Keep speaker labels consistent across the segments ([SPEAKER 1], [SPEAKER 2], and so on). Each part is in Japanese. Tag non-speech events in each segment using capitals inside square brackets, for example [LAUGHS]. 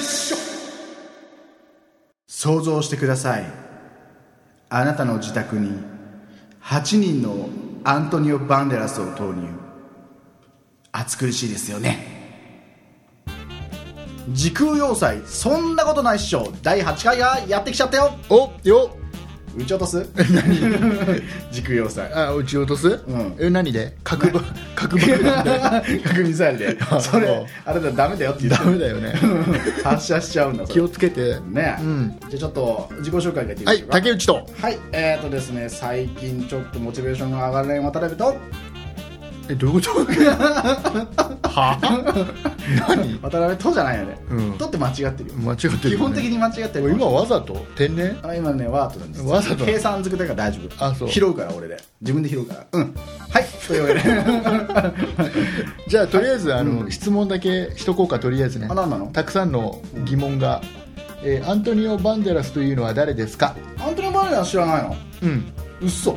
[SPEAKER 1] ション
[SPEAKER 2] 想像してくださいあなたの自宅に8人のアントニオ・バンデラスを投入暑苦しいですよね時空要塞そんなことないっしょ第8回がやってきちゃったよ
[SPEAKER 3] およ
[SPEAKER 2] 打ち落と
[SPEAKER 3] [LAUGHS]
[SPEAKER 2] す時空要塞 [LAUGHS]
[SPEAKER 3] あ撃ち落とす、
[SPEAKER 2] ん
[SPEAKER 3] え何で核爆 [LAUGHS] 核爆弾で
[SPEAKER 2] 核ミサイルでそれあれだ [LAUGHS] ダメだよって言っ
[SPEAKER 3] ダ
[SPEAKER 2] て
[SPEAKER 3] メだよね
[SPEAKER 2] 発射しちゃうんだそ
[SPEAKER 3] [LAUGHS] 気
[SPEAKER 2] れ
[SPEAKER 3] をつけて
[SPEAKER 2] ね、
[SPEAKER 3] うん
[SPEAKER 2] じゃあちょっと自己紹介がいってみま
[SPEAKER 3] は
[SPEAKER 2] し
[SPEAKER 3] い
[SPEAKER 2] ょうか
[SPEAKER 3] 竹内と
[SPEAKER 2] はいえーとですね最近ちょっとモチベーションが上がらない渡辺と
[SPEAKER 3] えどうい
[SPEAKER 2] [LAUGHS]
[SPEAKER 3] うことは [LAUGHS] 何
[SPEAKER 2] 渡辺とじゃないよね、
[SPEAKER 3] うん
[SPEAKER 2] とって間違ってるよ
[SPEAKER 3] 間違ってるよね
[SPEAKER 2] 基本的に間違ってる
[SPEAKER 3] 今わざと天然
[SPEAKER 2] あ今ねワートなんです
[SPEAKER 3] わざと
[SPEAKER 2] 計算づくだから大丈夫
[SPEAKER 3] あそう
[SPEAKER 2] 拾うから俺で自分で拾うからうんはいというわけで
[SPEAKER 3] [LAUGHS] じゃあとりあえず、あの質問だけしとこうかとりあえずね
[SPEAKER 2] あ何なの
[SPEAKER 3] たくさんの疑問が、えーアントニオ・バンデラスというのは誰ですか
[SPEAKER 2] アントニオ・バレラ知らないの
[SPEAKER 3] うん
[SPEAKER 2] うっそ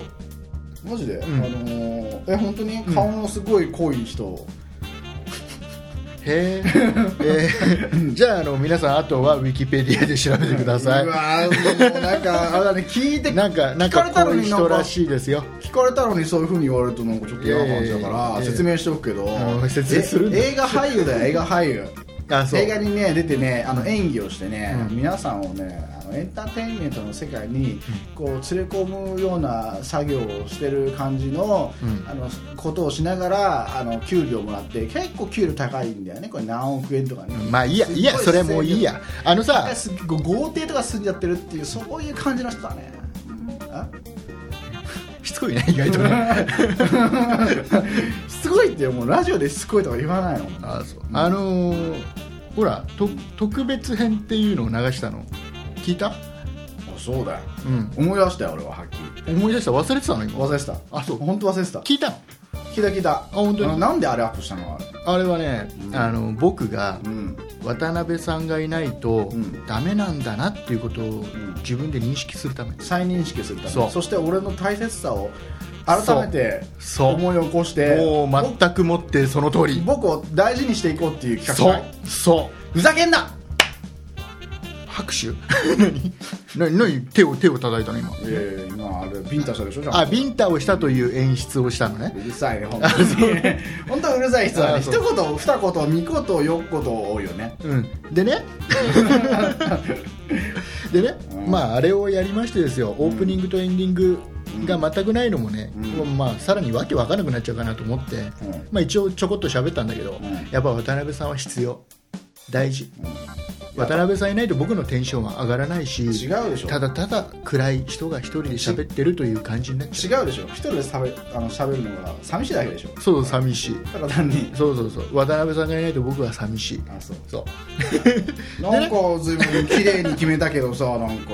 [SPEAKER 2] マジで、
[SPEAKER 3] ん
[SPEAKER 2] あのー、え本当に顔のすごい濃い人、
[SPEAKER 3] へーえ
[SPEAKER 2] [LAUGHS]
[SPEAKER 3] ーじゃああの皆さんあとはウィキペディアで調べてくださいう
[SPEAKER 2] わーもうなんかあれだね聞いて
[SPEAKER 3] なんかな
[SPEAKER 2] 聞
[SPEAKER 3] ん
[SPEAKER 2] か
[SPEAKER 3] か
[SPEAKER 2] れた
[SPEAKER 3] こ
[SPEAKER 2] の
[SPEAKER 3] ういう
[SPEAKER 2] になんか
[SPEAKER 3] 人らしいですよ
[SPEAKER 2] 聞かれたのにそういうふうに言われるとなんかちょっと嫌な感じだか
[SPEAKER 3] いやいやいやい
[SPEAKER 2] ら
[SPEAKER 3] や
[SPEAKER 2] 説明しておくけど
[SPEAKER 3] うん説明するんだ
[SPEAKER 2] え映画俳優だよ映画俳優
[SPEAKER 3] あそう
[SPEAKER 2] 映画にね出てねあの演技をしてね、皆さんをねあのエンターテインメントの世界にこう連れ込むような作業をしてる感じの,、
[SPEAKER 3] ん
[SPEAKER 2] あのことをしながらあの給料もらって結構給料高いんだよねこれ何億円とかね、
[SPEAKER 3] まあいいやいいやそれもういいやあのさ
[SPEAKER 2] すっごい豪邸とか住んじゃってるっていうそういう感じの人だねあ [LAUGHS]
[SPEAKER 3] しつこいね意外とね
[SPEAKER 2] しつこいってもうラジオでしつこいとか言わないの
[SPEAKER 3] [LAUGHS] あそうあのーほらと特別編っていうのを流したの聞いた
[SPEAKER 2] そうだよ
[SPEAKER 3] うん
[SPEAKER 2] 思い出したよ俺ははっきり
[SPEAKER 3] 思い出した忘れてたの今
[SPEAKER 2] 忘れてた
[SPEAKER 3] あそう
[SPEAKER 2] 本当忘れてた
[SPEAKER 3] 聞いたの
[SPEAKER 2] 聞いた聞いたあ
[SPEAKER 3] 本当に
[SPEAKER 2] のなんであれアップしたのあれ
[SPEAKER 3] あれはね、あの僕が
[SPEAKER 2] うん
[SPEAKER 3] 渡辺さんがいないと
[SPEAKER 2] うん
[SPEAKER 3] ダメなんだなっていうことを
[SPEAKER 2] ん
[SPEAKER 3] 自分で認識するため
[SPEAKER 2] 再認識するため
[SPEAKER 3] そ
[SPEAKER 2] そうして俺の大切さを改めて
[SPEAKER 3] そう
[SPEAKER 2] 思い起こして
[SPEAKER 3] もう全くもってその通り
[SPEAKER 2] 僕を大事にしていこうっていう企
[SPEAKER 3] そ
[SPEAKER 2] 画
[SPEAKER 3] う
[SPEAKER 2] 会
[SPEAKER 3] そ
[SPEAKER 2] ふざけんな
[SPEAKER 3] う拍手 [LAUGHS] 何何何手を手を叩いたの今
[SPEAKER 2] ええ今あれビンタしたでしょじゃ
[SPEAKER 3] あビンタをしたという演出をしたのね
[SPEAKER 2] うるさい [LAUGHS] ね本当に本当うるさい人はね
[SPEAKER 3] あ
[SPEAKER 2] 一
[SPEAKER 3] そ
[SPEAKER 2] 言二言三言四言多いよね
[SPEAKER 3] うんで [LAUGHS] ねでね、
[SPEAKER 2] うん
[SPEAKER 3] まああれをやりましてですよオープニングとエンディングが全くないのもね、
[SPEAKER 2] うん
[SPEAKER 3] まあ、さらにわけわからなくなっちゃうかなと思って、
[SPEAKER 2] ん
[SPEAKER 3] まあ、一応ちょこっと喋ったんだけど、
[SPEAKER 2] ん
[SPEAKER 3] やっぱ渡辺さんは必要大事、
[SPEAKER 2] ん
[SPEAKER 3] 渡辺さんいないと僕のテンションは上がらないし
[SPEAKER 2] 違うでしょ
[SPEAKER 3] ただただ暗い人が一人で喋ってるという感じになっちゃ
[SPEAKER 2] 違うでしょ一人でしゃべあの喋るのが寂しいだけでしょ
[SPEAKER 3] うそう寂しい
[SPEAKER 2] ただ単に
[SPEAKER 3] そうそうそう渡辺さんがいないと僕は寂しい
[SPEAKER 2] あそう
[SPEAKER 3] そう
[SPEAKER 2] なんか随分綺麗に決めたけど
[SPEAKER 3] [LAUGHS]
[SPEAKER 2] さなんか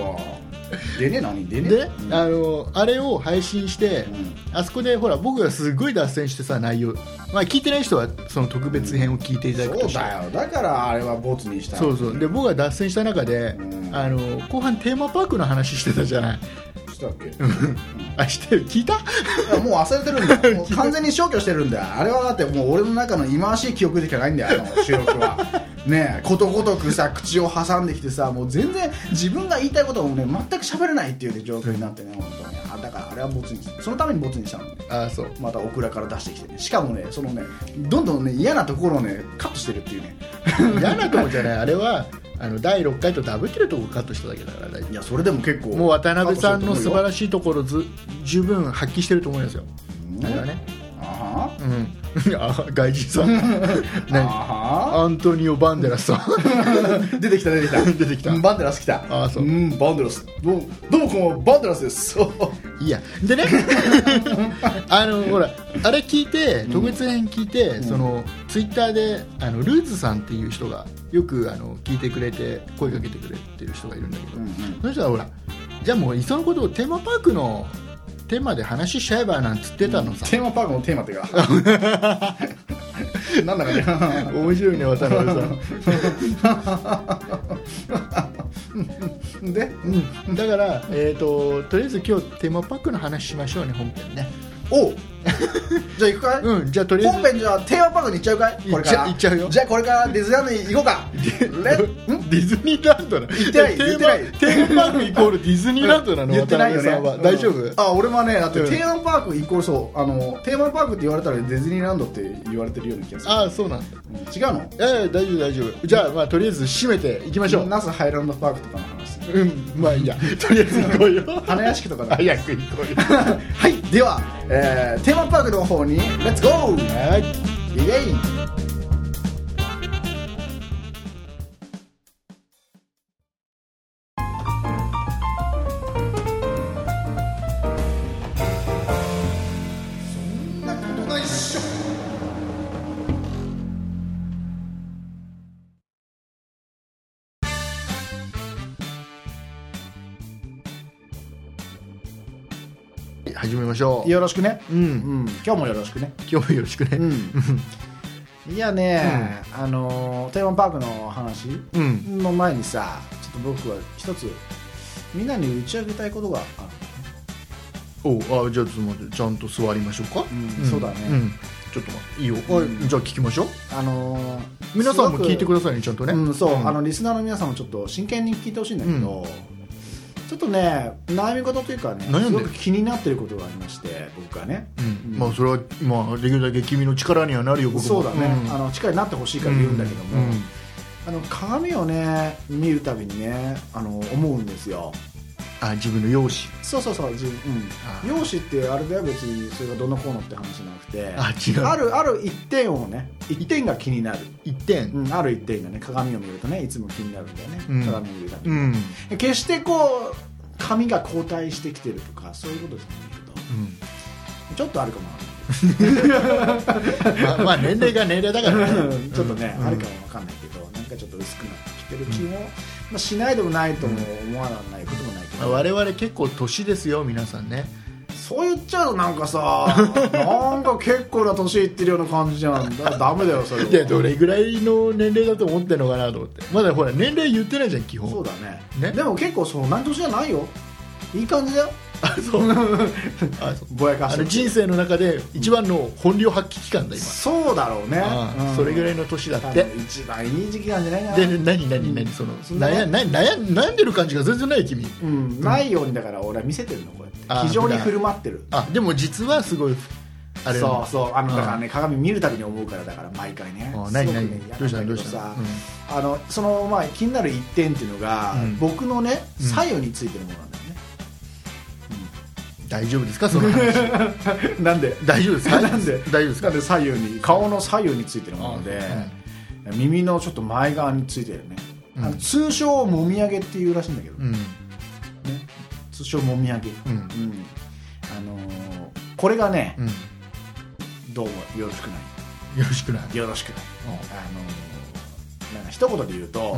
[SPEAKER 2] 出ねえ何出ねえ
[SPEAKER 3] で、あのあれを配信して、
[SPEAKER 2] ん
[SPEAKER 3] あそこでほら僕がすごい脱線してさ内容、まあ、聞いてない人はその特別編を聞いていただく
[SPEAKER 2] そ
[SPEAKER 3] と
[SPEAKER 2] う
[SPEAKER 3] して、
[SPEAKER 2] だよだからあれはボツにした
[SPEAKER 3] そうそうで僕が脱線した中で、
[SPEAKER 2] うん
[SPEAKER 3] あの後半テーマパークの話してたじゃない
[SPEAKER 2] したっけい
[SPEAKER 3] あしてる聞いた
[SPEAKER 2] やもう忘れてる
[SPEAKER 3] [LAUGHS]
[SPEAKER 2] んだよもう完全に消去してるんだよあれはだってもう俺の中の忌まわしい記憶でしかないんだよあの収録
[SPEAKER 3] [LAUGHS]
[SPEAKER 2] はねえことごとくさ口を挟んできてさもう全然自分が言いたいこともね全く喋れないっていう、ね、状況になってね本当にあだからあれはボツにそのためにボツにしたのね
[SPEAKER 3] あそう
[SPEAKER 2] またオクラから出してきてねしかもねそのねどんどんね嫌なところをねカットしてるっていうね
[SPEAKER 3] 嫌なとこじゃないあれはあの第6回とダブってるとこカットしただけだから大丈
[SPEAKER 2] いやそれでも結構
[SPEAKER 3] 夫もう渡辺さんの
[SPEAKER 2] し
[SPEAKER 3] 素晴
[SPEAKER 2] い
[SPEAKER 3] らしいところず十分発揮してると思いますよあれはね
[SPEAKER 2] あ
[SPEAKER 3] うんあ外人 [LAUGHS] さん
[SPEAKER 2] は
[SPEAKER 3] 何
[SPEAKER 2] あ
[SPEAKER 3] アントニオ・バンデラスさん
[SPEAKER 2] は出てきた出てきた
[SPEAKER 3] [LAUGHS] 出てきた
[SPEAKER 2] バンデラス来た
[SPEAKER 3] あーそうん
[SPEAKER 2] バンデラスどうどうもこんばんはバンデラスですそう
[SPEAKER 3] [LAUGHS] いやでね [LAUGHS] あのほらあれ聞いて特別編聞いて、そのツイッターであのルーズさんっていう人がよくあの聞いてくれて声かけてくれてる人がいるんだけど、
[SPEAKER 2] うんうん
[SPEAKER 3] その人はほらじゃあもういっそのことをテーマパークのテーマで話しちゃえばなんつってたのさ、
[SPEAKER 2] テーマパークのテーマっていうか
[SPEAKER 3] [LAUGHS]
[SPEAKER 2] なんだかね
[SPEAKER 3] 面白いね渡辺さ [LAUGHS] ん、
[SPEAKER 2] で
[SPEAKER 3] うん、だから、えー、ととりあえず今日テーマパークの話しましょうね本編ね
[SPEAKER 2] お
[SPEAKER 3] [LAUGHS]
[SPEAKER 2] うじゃあ行くかい、
[SPEAKER 3] うんじゃあとりあえず
[SPEAKER 2] 本編じゃあテーマパークに行っちゃうかいこれから
[SPEAKER 3] 行っちゃ行っちゃうよ
[SPEAKER 2] じゃあこれからディズニーランドに行こう
[SPEAKER 3] [LAUGHS]
[SPEAKER 2] かレッん
[SPEAKER 3] ディズニーランドなの
[SPEAKER 2] 行ってない
[SPEAKER 3] テー
[SPEAKER 2] 行ってない
[SPEAKER 3] マテーマパークイコールディズニーランドなの
[SPEAKER 2] 言ってないよね
[SPEAKER 3] 渡辺さんは大丈
[SPEAKER 2] うん
[SPEAKER 3] 夫
[SPEAKER 2] あ俺はねだって
[SPEAKER 3] うん
[SPEAKER 2] テーマパークイコールそうあのテーマパークって言われたらディズニーランドって言われてるような気がする
[SPEAKER 3] ああそうなんだ
[SPEAKER 2] 違うの
[SPEAKER 3] いやいや大丈夫大丈夫じゃあまあとりあえず締めていきましょう
[SPEAKER 2] 那須ハイランドパークとかの話
[SPEAKER 3] うんま
[SPEAKER 2] [LAUGHS]
[SPEAKER 3] あいいやとりあえず行こうよ
[SPEAKER 2] 花屋敷とかだ
[SPEAKER 3] 早く行こうよ
[SPEAKER 2] [LAUGHS] はいでは、えーテーマパークの方にレッツゴー
[SPEAKER 3] はい
[SPEAKER 2] イエイ
[SPEAKER 3] 始めましょう
[SPEAKER 2] よろしくね、
[SPEAKER 3] う
[SPEAKER 2] うんん、今日もよろしくね
[SPEAKER 3] 今日もよろしくね
[SPEAKER 2] うん、いやね、あのーテーマパークの話
[SPEAKER 3] うん
[SPEAKER 2] の前にさちょっと僕は一つみんなに打ち上げたいことがあ
[SPEAKER 3] おうあじゃあちょっと待ってちゃんと座りましょうか、
[SPEAKER 2] うんそうだね
[SPEAKER 3] んちょっと待っていいよ、はいじゃあ聞きましょう
[SPEAKER 2] るあのー
[SPEAKER 3] 皆さんも聞いてく
[SPEAKER 2] だ
[SPEAKER 3] ださいねちゃんとね、
[SPEAKER 2] うん、そう、
[SPEAKER 3] ん
[SPEAKER 2] あのリスナーの皆さんもちょっと真剣に聞いてほしいんだけど、ちょっとね悩み事というかね
[SPEAKER 3] 悩んでる
[SPEAKER 2] すごく気になってることがありまして僕はね、
[SPEAKER 3] うんまあそれは、まあ、できるだけ君の力にはなるよ僕も
[SPEAKER 2] そうだね、
[SPEAKER 3] ん
[SPEAKER 2] あの力になってほしいから言うんだけども、
[SPEAKER 3] うんうん
[SPEAKER 2] あの鏡をね見るたびにねあの思うんですよ
[SPEAKER 3] あ自分の容姿
[SPEAKER 2] そうそうそう、じうん
[SPEAKER 3] あ、
[SPEAKER 2] 容姿ってあれだよ別にそれがどのこうのって話じゃなくて
[SPEAKER 3] あ違う
[SPEAKER 2] あるある一点をね一点が気になる、
[SPEAKER 3] 一点
[SPEAKER 2] うん、ある一点がね鏡を見るとねいつも気になるんだよね、
[SPEAKER 3] うん
[SPEAKER 2] 鏡を見るたび
[SPEAKER 3] う
[SPEAKER 2] に、
[SPEAKER 3] ん、
[SPEAKER 2] 決してこう髪が後退してきてるとかそういうことじゃないけどちょっとあるかもわ
[SPEAKER 3] まあ、まあ年齢が年齢だから
[SPEAKER 2] かんな
[SPEAKER 3] ね
[SPEAKER 2] い
[SPEAKER 3] [LAUGHS]
[SPEAKER 2] ちょっとね、
[SPEAKER 3] うん
[SPEAKER 2] あるかもわかんないけどなんかちょっと薄くなってきてる気も、まあ、しないでもないとも思わないこともないけ
[SPEAKER 3] まあ
[SPEAKER 2] ど、
[SPEAKER 3] 我々結構年ですよ皆さんね
[SPEAKER 2] そう言っちゃうとなんかさ
[SPEAKER 3] [LAUGHS]
[SPEAKER 2] なんか結構な年いってるような感じじゃんだからダメだよそれは
[SPEAKER 3] でどれぐらいの年齢だと思ってるのかなと思ってまだほら年齢言ってないじゃん基本
[SPEAKER 2] そうだね
[SPEAKER 3] ね
[SPEAKER 2] でも結構そんなに年じゃないよいい感じだよ
[SPEAKER 3] あ [LAUGHS] そうあそう
[SPEAKER 2] ぼやか
[SPEAKER 3] あ
[SPEAKER 2] し
[SPEAKER 3] の
[SPEAKER 2] て
[SPEAKER 3] 人生の中で一番の本領発揮期間だ今
[SPEAKER 2] そうだろうね
[SPEAKER 3] ああ
[SPEAKER 2] うん
[SPEAKER 3] それぐらいの年だっ
[SPEAKER 2] 多
[SPEAKER 3] て
[SPEAKER 2] 分一番いい時期なんじゃないかな
[SPEAKER 3] で何何何その
[SPEAKER 2] そんな
[SPEAKER 3] 悩悩悩悩んでる感じが全然ない君
[SPEAKER 2] うん、ないようにだから俺は見せてるのこうやっ
[SPEAKER 3] あ
[SPEAKER 2] て
[SPEAKER 3] あ
[SPEAKER 2] 非常に振る舞ってる
[SPEAKER 3] あでも実はすごいあれなん
[SPEAKER 2] そ
[SPEAKER 3] だ
[SPEAKER 2] うそうあのだからね鏡見るたびに思うからだから毎回ね
[SPEAKER 3] あ
[SPEAKER 2] すごく
[SPEAKER 3] 何
[SPEAKER 2] ね
[SPEAKER 3] 何
[SPEAKER 2] 嫌
[SPEAKER 3] どうした
[SPEAKER 2] な
[SPEAKER 3] の
[SPEAKER 2] ん
[SPEAKER 3] ど
[SPEAKER 2] だ
[SPEAKER 3] う
[SPEAKER 2] け
[SPEAKER 3] し
[SPEAKER 2] ど
[SPEAKER 3] た
[SPEAKER 2] さ
[SPEAKER 3] の
[SPEAKER 2] あのそのまあ気になる一点っていうのが、
[SPEAKER 3] うん
[SPEAKER 2] 僕のね
[SPEAKER 3] うん
[SPEAKER 2] 左右についてるものなんだよね、
[SPEAKER 3] うん大丈夫ですかその話 [LAUGHS]
[SPEAKER 2] なんで
[SPEAKER 3] 大丈夫ですか
[SPEAKER 2] なんで
[SPEAKER 3] 大丈夫です
[SPEAKER 2] な
[SPEAKER 3] か
[SPEAKER 2] んで左右に顔の左右についてるもので、耳のちょっと前側についてるね、
[SPEAKER 3] うん
[SPEAKER 2] あの通称もみあげっていうらしいんだけど、
[SPEAKER 3] うん
[SPEAKER 2] ね、通称もみあげ、うん
[SPEAKER 3] うん
[SPEAKER 2] あのーこれがね、
[SPEAKER 3] うんよ
[SPEAKER 2] どうもよろしくな
[SPEAKER 3] ろしくない
[SPEAKER 2] いよろしくない、
[SPEAKER 3] うん
[SPEAKER 2] あのーなんか一言で言うと、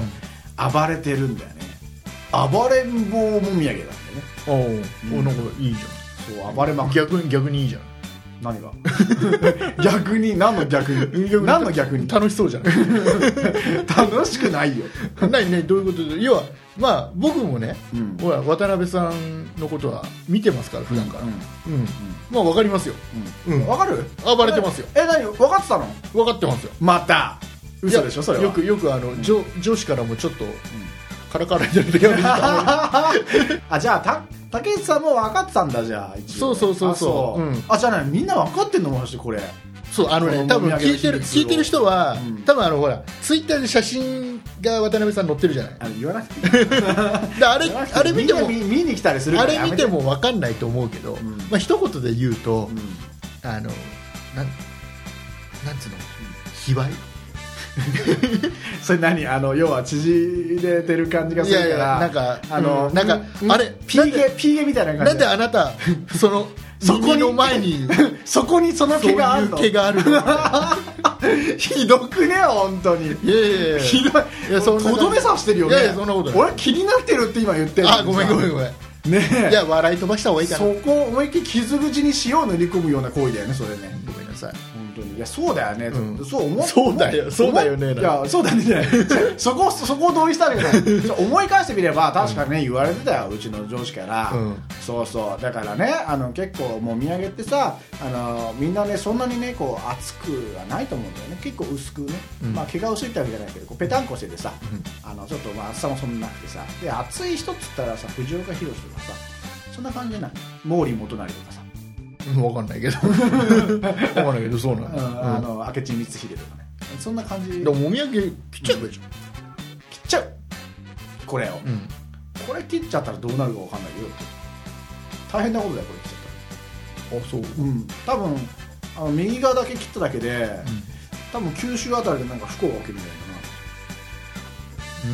[SPEAKER 2] 暴れてるんだよね暴れん坊もみあげなんだよね
[SPEAKER 3] おお
[SPEAKER 2] うん
[SPEAKER 3] なんかいいじ
[SPEAKER 2] そう暴れ
[SPEAKER 3] ゃ
[SPEAKER 2] ま
[SPEAKER 3] ん
[SPEAKER 2] く
[SPEAKER 3] 逆に逆にいいじゃん
[SPEAKER 2] 何が [LAUGHS] 逆に何の逆に何の逆に
[SPEAKER 3] 楽しそうじゃん
[SPEAKER 2] 楽しくないよ
[SPEAKER 3] 何何どういうこと要はまあ僕もね、
[SPEAKER 2] うん
[SPEAKER 3] ほら渡辺さんのことは見てますから普段から
[SPEAKER 2] う
[SPEAKER 3] うんん、まあわかりますよ、
[SPEAKER 2] う
[SPEAKER 3] うんん
[SPEAKER 2] わかる
[SPEAKER 3] 暴れてますよ
[SPEAKER 2] え何分かってたの
[SPEAKER 3] 分かってますよ
[SPEAKER 2] また嘘でし
[SPEAKER 3] い
[SPEAKER 2] ょ
[SPEAKER 3] や
[SPEAKER 2] それは
[SPEAKER 3] よくよくあの、女女子からもちょっと、からからいてる時あるんですけど
[SPEAKER 2] [LAUGHS] あじゃあた竹内さんも分かってたんだじゃあ一応
[SPEAKER 3] そうそうそうそう
[SPEAKER 2] あ,、
[SPEAKER 3] うん
[SPEAKER 2] あじゃあねみんな分かってんのマジでこれ
[SPEAKER 3] そうあの
[SPEAKER 2] こ
[SPEAKER 3] ね
[SPEAKER 2] の
[SPEAKER 3] 多分
[SPEAKER 2] お土産
[SPEAKER 3] 聞いてる
[SPEAKER 2] の秘密を
[SPEAKER 3] 聞いてる人は、
[SPEAKER 2] うん
[SPEAKER 3] 多分あのほらツイッターで写真が渡辺さん載ってるじゃない
[SPEAKER 2] あの言わなくていい
[SPEAKER 3] であれ
[SPEAKER 2] 言わなくいい
[SPEAKER 3] あれ見ても
[SPEAKER 2] みんな見見に来たりするか
[SPEAKER 3] あ
[SPEAKER 2] ら
[SPEAKER 3] れ
[SPEAKER 2] やめ
[SPEAKER 3] 見ても分かんないと思うけど、
[SPEAKER 2] ん
[SPEAKER 3] まあ一言で言うと、
[SPEAKER 2] うん
[SPEAKER 3] あのなんなんつうの卑猥
[SPEAKER 2] それ何あの要は縮れてる感じがす
[SPEAKER 3] い
[SPEAKER 2] るか
[SPEAKER 3] や
[SPEAKER 2] ら
[SPEAKER 3] いやなんか
[SPEAKER 2] あの、
[SPEAKER 3] うんなんか
[SPEAKER 2] う
[SPEAKER 3] あれなん
[SPEAKER 2] PK,
[SPEAKER 3] で
[SPEAKER 2] PK みたいな感じ
[SPEAKER 3] なんであなたその
[SPEAKER 2] [LAUGHS] そこに
[SPEAKER 3] 耳の前に
[SPEAKER 2] そこに [LAUGHS] その
[SPEAKER 3] そうい
[SPEAKER 2] 毛がある
[SPEAKER 3] う
[SPEAKER 2] の
[SPEAKER 3] 毛がある
[SPEAKER 2] [LAUGHS]
[SPEAKER 3] の
[SPEAKER 2] ひどくね本当に
[SPEAKER 3] いやいやいや
[SPEAKER 2] ひどい
[SPEAKER 3] いやそんな
[SPEAKER 2] とどめさしてるよね
[SPEAKER 3] いやいやそんなことない
[SPEAKER 2] [LAUGHS] 俺気になってるって今言ってるのに
[SPEAKER 3] あごめんごめんごめん
[SPEAKER 2] ねえ
[SPEAKER 3] いや笑い飛ばした方がいいか
[SPEAKER 2] そ
[SPEAKER 3] な
[SPEAKER 2] こを思いっきり傷口に塩を塗り込むような行為だよねそれね
[SPEAKER 3] ごめんなさい
[SPEAKER 2] 本当にいやそうだよね、
[SPEAKER 3] うん
[SPEAKER 2] そう思っ
[SPEAKER 3] そうだよそうだよね
[SPEAKER 2] いやそうだね [LAUGHS] じゃないそこそこを同意したわけじゃないちょ思い返してみれば確かね、言われてたようちの上司から、
[SPEAKER 3] うん
[SPEAKER 2] そうそうだからねあの結構もう土産ってさあのみんなねそんなにねこう厚くはないと思うんだよね結構薄くね、
[SPEAKER 3] うん
[SPEAKER 2] まあ怪我をしてたわけじゃないけどこうペタンコしててさ、
[SPEAKER 3] うん
[SPEAKER 2] あのちょっとまあ厚さもそんななくてさで厚い人っつったらさ藤岡弘とかさそんな感じじゃない毛利元就とかさ
[SPEAKER 3] 分かんな
[SPEAKER 2] [LAUGHS]
[SPEAKER 3] いけど分かんないけどそうなんだ、
[SPEAKER 2] あ
[SPEAKER 3] うん
[SPEAKER 2] の明智光秀とかねそんな感じ
[SPEAKER 3] でもお土産切っちゃえばいいじ
[SPEAKER 2] 切っちゃうこれを、
[SPEAKER 3] ゃん、うん
[SPEAKER 2] これ切っちゃったらどうなるかわかんないよ大変なことだよこれ切っちゃ
[SPEAKER 3] あそう、
[SPEAKER 2] ったらうん多分あの右側だけ切っただけで、
[SPEAKER 3] う
[SPEAKER 2] 多分九州あたりでなんか不幸が起きるんじゃな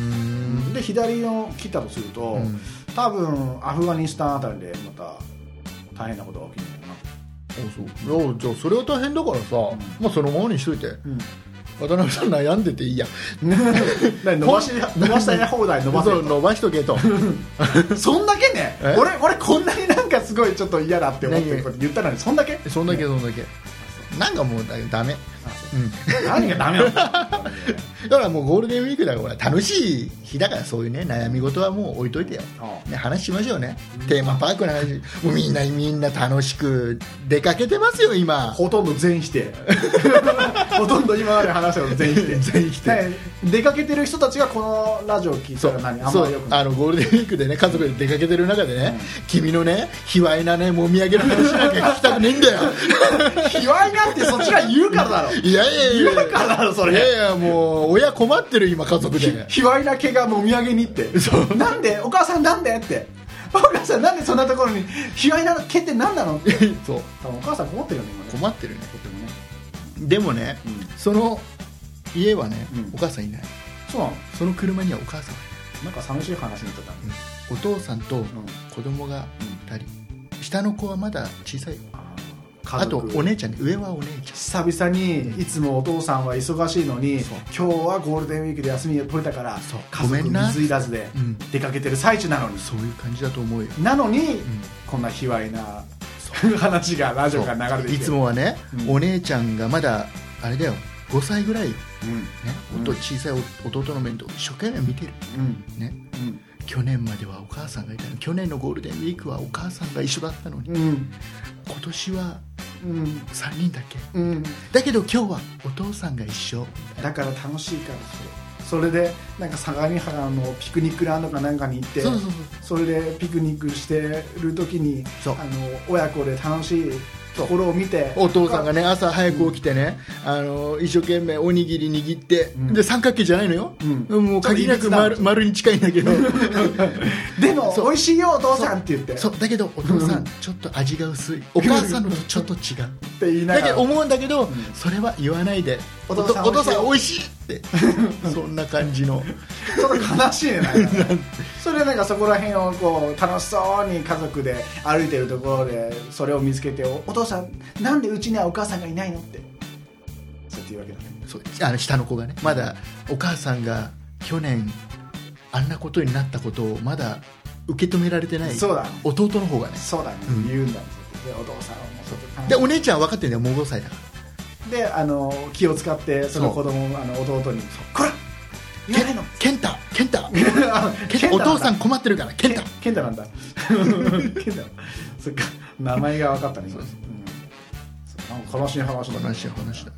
[SPEAKER 2] いかな、
[SPEAKER 3] ん
[SPEAKER 2] で左の切ったとすると、
[SPEAKER 3] うん
[SPEAKER 2] 多分アフガニスタンあたりでまた大変なことが起きるんじゃないか
[SPEAKER 3] あそういやじゃあそれは大変だからさ、
[SPEAKER 2] ん
[SPEAKER 3] まあそのままにしといて
[SPEAKER 2] な、うん
[SPEAKER 3] 渡辺さん悩んでていいや [LAUGHS]
[SPEAKER 2] 何伸ばし伸ばしたい放題伸ばせ
[SPEAKER 3] そう
[SPEAKER 2] る
[SPEAKER 3] 伸ばしとけと
[SPEAKER 2] そんだけね
[SPEAKER 3] え
[SPEAKER 2] 俺俺こんなになんかすごいちょっと嫌だって思って
[SPEAKER 3] 何
[SPEAKER 2] こうやって言ったのに [LAUGHS] そんだけ
[SPEAKER 3] そんだけそんだけなんかもうだダメ、
[SPEAKER 2] あそう
[SPEAKER 3] うん、
[SPEAKER 2] 何がダメなんだ
[SPEAKER 3] だからもうゴールデンウィークだからほら楽しい日だからそういうね悩み事はもう置いといてよ、
[SPEAKER 2] あ
[SPEAKER 3] ね、話しましょうねテーマパークの話もうみんなみんな楽しく出かけてますよ今
[SPEAKER 2] ほとんど全否
[SPEAKER 3] [LAUGHS]
[SPEAKER 2] 定ほとんど今まで話したこと全否定
[SPEAKER 3] 全否定
[SPEAKER 2] ね出かけてる人たちがこのラジオ聞い
[SPEAKER 3] そ
[SPEAKER 2] た
[SPEAKER 3] う
[SPEAKER 2] ら何あん
[SPEAKER 3] そ
[SPEAKER 2] まりよ
[SPEAKER 3] う
[SPEAKER 2] くない
[SPEAKER 3] あのゴールデンウィークでね家族で出かけてる中でね、君のね卑猥なねもみあげの話なんか聞きたくねえんだよ
[SPEAKER 2] 卑猥なってそっちが言うからだろ
[SPEAKER 3] いやいやいや
[SPEAKER 2] 言うからだろそ
[SPEAKER 3] いや
[SPEAKER 2] れ
[SPEAKER 3] いやもう親困ってる今家族で
[SPEAKER 2] 卑猥な毛がもみあげにってなんでお母さんなんでってお母さんなんでそんなところに卑猥な毛って何なのって
[SPEAKER 3] [LAUGHS] そう
[SPEAKER 2] 多分お母さん困ってるよね今ね
[SPEAKER 3] 困ってるね
[SPEAKER 2] とてもね
[SPEAKER 3] でもね、
[SPEAKER 2] うん
[SPEAKER 3] その家はね、
[SPEAKER 2] うん
[SPEAKER 3] お母さんいない
[SPEAKER 2] そうなの
[SPEAKER 3] その車にはお母さんはい
[SPEAKER 2] なんか寂しい話になっちゃったね
[SPEAKER 3] ない、お父さんと子供が2人、下の子はまだ小さいよ
[SPEAKER 2] あー
[SPEAKER 3] あ
[SPEAKER 2] 家
[SPEAKER 3] と
[SPEAKER 2] 族
[SPEAKER 3] お姉ちゃんね上はお姉ちゃん
[SPEAKER 2] 久々にいつもお父さんは忙しいのに
[SPEAKER 3] そう
[SPEAKER 2] 今日はゴールデンウィークで休みが取れたから
[SPEAKER 3] そう
[SPEAKER 2] 家
[SPEAKER 3] ごめ
[SPEAKER 2] 族
[SPEAKER 3] んな
[SPEAKER 2] 水入らずで
[SPEAKER 3] うん
[SPEAKER 2] 出かけてる最中なのに
[SPEAKER 3] そういう感じだと思うよ
[SPEAKER 2] なのに、
[SPEAKER 3] ん
[SPEAKER 2] こんな卑猥な話がラジオから流れてき
[SPEAKER 3] い
[SPEAKER 2] て
[SPEAKER 3] つ、もはね、
[SPEAKER 2] うん
[SPEAKER 3] お姉ちゃんがまだあれだよ5歳ぐらいよ、ね
[SPEAKER 2] うんうん
[SPEAKER 3] 弟小さい弟の面倒を一生懸命見てる、
[SPEAKER 2] うん
[SPEAKER 3] ね、去年まではお母さんがいたの去年のゴールデンウィークはお母さんが一緒だったのに、
[SPEAKER 2] うんうん
[SPEAKER 3] 今年は
[SPEAKER 2] うん
[SPEAKER 3] 3人だけ
[SPEAKER 2] うん
[SPEAKER 3] だけど今日はお父さんが一緒
[SPEAKER 2] だから楽しいからそれそれでなんか相模原のピクニックランドかなんかに行って
[SPEAKER 3] そうそうそう
[SPEAKER 2] それでピクニックしてる時にあ
[SPEAKER 3] そう
[SPEAKER 2] の親子で楽しいところを見て
[SPEAKER 3] お父さんがね朝早く起きてね、あの一生懸命おにぎり握って、
[SPEAKER 2] うん
[SPEAKER 3] で三角形じゃないのよ、
[SPEAKER 2] うん
[SPEAKER 3] もう限りなく
[SPEAKER 2] ちょっといびつ
[SPEAKER 3] 丸
[SPEAKER 2] だ
[SPEAKER 3] 丸に近いんだけど
[SPEAKER 2] でも
[SPEAKER 3] そう
[SPEAKER 2] 美味しいよお父さんって言って
[SPEAKER 3] [LAUGHS] そうだけどお父さんちょっと味が薄いお母さんのとちょっと違う
[SPEAKER 2] って [LAUGHS] 言いな
[SPEAKER 3] だ
[SPEAKER 2] が
[SPEAKER 3] け
[SPEAKER 2] ら
[SPEAKER 3] ど思うんだけど、
[SPEAKER 2] ん
[SPEAKER 3] それは言わないで
[SPEAKER 2] お父さん
[SPEAKER 3] お父さん美味しい
[SPEAKER 2] [LAUGHS]
[SPEAKER 3] ってそんな感じの
[SPEAKER 2] ちょっと悲しい
[SPEAKER 3] [LAUGHS]
[SPEAKER 2] ねなんかねそれでなんかそこら辺をこう楽しそうに家族で歩いてるところでそれを見つけておお父さんなんでうちにはお母さんがいないのってそうやって言うわけだね
[SPEAKER 3] そうあの下の子がねまだお母さんが去年あんなことになったことをまだ受け止められてない
[SPEAKER 2] そうだ
[SPEAKER 3] 弟の方がね
[SPEAKER 2] そうだね、
[SPEAKER 3] うん
[SPEAKER 2] 言うんだでお父さんはもうちょっと
[SPEAKER 3] で
[SPEAKER 2] 悲し
[SPEAKER 3] お姉ちゃんは分かってるんだよもう5歳だか
[SPEAKER 2] いであの気を使ってその子供あの弟に「こら
[SPEAKER 3] ら
[SPEAKER 2] 言わないの!
[SPEAKER 3] ケンタケンタ [LAUGHS]
[SPEAKER 2] あ」
[SPEAKER 3] ケンタ
[SPEAKER 2] 健太な
[SPEAKER 3] お
[SPEAKER 2] だ
[SPEAKER 3] 父さん困ってるからケンタ
[SPEAKER 2] ケンタなん
[SPEAKER 3] [LAUGHS]
[SPEAKER 2] だケンタそっか名前が分かったね今
[SPEAKER 3] そう
[SPEAKER 2] うんなんか悲しい話だね
[SPEAKER 3] 悲しい話だね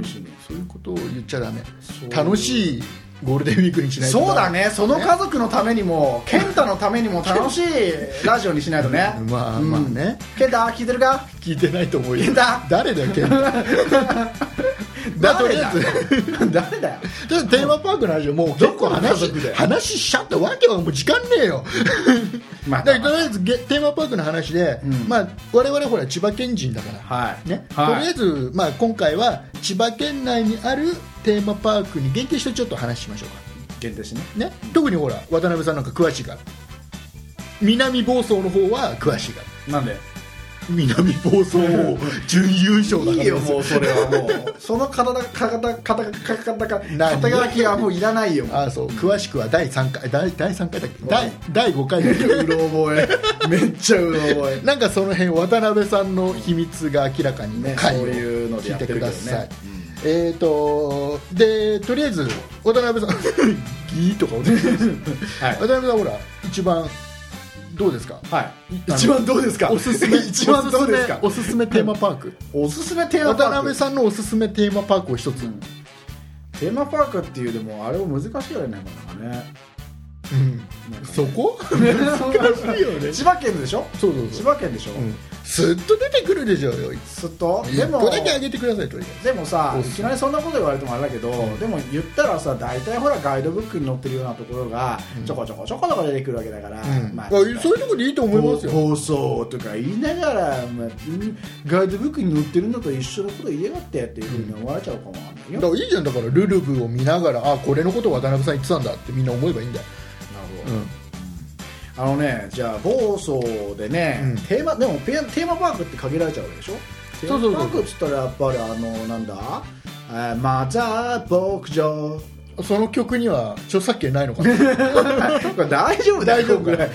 [SPEAKER 2] 寂しいね
[SPEAKER 3] そういうことを言っちゃダメ
[SPEAKER 2] そう
[SPEAKER 3] 楽しいゴールデンウィークにしないと
[SPEAKER 2] そうだねその家族のためにも健太のためにも楽しいラジオにしないとね
[SPEAKER 3] [LAUGHS] まあまあね
[SPEAKER 2] うん健太聞いてるか
[SPEAKER 3] 聞いてないと思うよ
[SPEAKER 2] ケンタ
[SPEAKER 3] 誰だよケン
[SPEAKER 2] [LAUGHS]
[SPEAKER 3] タだとりあえず
[SPEAKER 2] ず誰だよ [LAUGHS]
[SPEAKER 3] だからテーマパークの話はもう結
[SPEAKER 2] ど
[SPEAKER 3] 構話
[SPEAKER 2] この家族だよ
[SPEAKER 3] 話しちゃってわけはもう時間ね
[SPEAKER 2] [LAUGHS]
[SPEAKER 3] えよ
[SPEAKER 2] まあ
[SPEAKER 3] だからとりあえずげテーマパークの話で、
[SPEAKER 2] うん
[SPEAKER 3] まあ、我々ほら千葉県人だから、
[SPEAKER 2] はい
[SPEAKER 3] ね
[SPEAKER 2] はい
[SPEAKER 3] とりあえず、まあ、今回は千葉県内にあるテーマパークに限定してちょっと話しましょうか
[SPEAKER 2] 限定してね
[SPEAKER 3] ね、特にほら渡辺さんなんか詳しいから南房総の方は詳しいから
[SPEAKER 2] なんで
[SPEAKER 3] 南房総 [LAUGHS] 準優勝だから
[SPEAKER 2] いいよもうそれはもう [LAUGHS] その肩が肩が肩が肩が
[SPEAKER 3] 何
[SPEAKER 2] 肩書きはもういら
[SPEAKER 3] [LAUGHS]
[SPEAKER 2] ないよ
[SPEAKER 3] ああそう詳しくは第3回第第3回だっけ第第5回だっけ
[SPEAKER 2] [LAUGHS] うろ覚えめっちゃうろ覚え
[SPEAKER 3] なんかその辺渡辺さんの秘密が明らかにね
[SPEAKER 2] ね
[SPEAKER 3] 回を
[SPEAKER 2] そういうのでや
[SPEAKER 3] 聞
[SPEAKER 2] っ
[SPEAKER 3] い
[SPEAKER 2] ててる
[SPEAKER 3] く
[SPEAKER 2] けど
[SPEAKER 3] だ
[SPEAKER 2] ね
[SPEAKER 3] さい、えっ、とでとりあえず渡辺さん [LAUGHS] ギーとかお願いします
[SPEAKER 2] はい
[SPEAKER 3] 渡辺さんほら一番どうですか
[SPEAKER 2] はい
[SPEAKER 3] あの
[SPEAKER 2] 一番どうですか
[SPEAKER 3] おすすめ
[SPEAKER 2] [LAUGHS] 一番どうですか
[SPEAKER 3] おすすめおすすめテーマパーク
[SPEAKER 2] おすすめテーマパーク
[SPEAKER 3] 渡辺さんのおすすめテーマパークを一つ、
[SPEAKER 2] うんテーマパークっていうでもあれも難しいよねなんかね
[SPEAKER 3] うんそこ
[SPEAKER 2] [LAUGHS] 難
[SPEAKER 3] しいよね
[SPEAKER 2] 千葉県でしょ
[SPEAKER 3] そうそう
[SPEAKER 2] 千
[SPEAKER 3] そう、
[SPEAKER 2] 葉県でしょ、
[SPEAKER 3] うん、すっと出てくるでしょうよ
[SPEAKER 2] すっとで
[SPEAKER 3] 一
[SPEAKER 2] も
[SPEAKER 3] 個だけあげてくださいとりあえ
[SPEAKER 2] で
[SPEAKER 3] ず
[SPEAKER 2] もさ
[SPEAKER 3] お
[SPEAKER 2] い
[SPEAKER 3] すすめ
[SPEAKER 2] きなりそんなこと言われてもあれだけど、でも言ったらさ大体ほらガイドブックに載ってるようなところが
[SPEAKER 3] うん
[SPEAKER 2] ちょこちょこちょこちょこ出てくるわけだから、
[SPEAKER 3] うん
[SPEAKER 2] まあ
[SPEAKER 3] あそういうとこでいいと思いますよ
[SPEAKER 2] 放送とか言いながら、まあうんガイドブックに載ってるのと一緒のこと言いやがってっていうふうに思われちゃうかもわかんないよ、
[SPEAKER 3] だ
[SPEAKER 2] な
[SPEAKER 3] か
[SPEAKER 2] る
[SPEAKER 3] らいいじゃんだからルルブを見ながらあこれのことを渡辺さん言ってたんだってみんな思えばいいんだよ、
[SPEAKER 2] ほ
[SPEAKER 3] う
[SPEAKER 2] ど、
[SPEAKER 3] ん、
[SPEAKER 2] あのねじゃあ房総でね、
[SPEAKER 3] うん
[SPEAKER 2] テーマでもペテーマパークって限られちゃうわけでしょテ
[SPEAKER 3] そう
[SPEAKER 2] ー
[SPEAKER 3] そうそう
[SPEAKER 2] マパークっつったらやっぱりあのなんだえーマザー牧場
[SPEAKER 3] その曲には著作権ないのかな
[SPEAKER 2] [LAUGHS] これ大丈夫
[SPEAKER 3] 大丈夫
[SPEAKER 2] ぐらい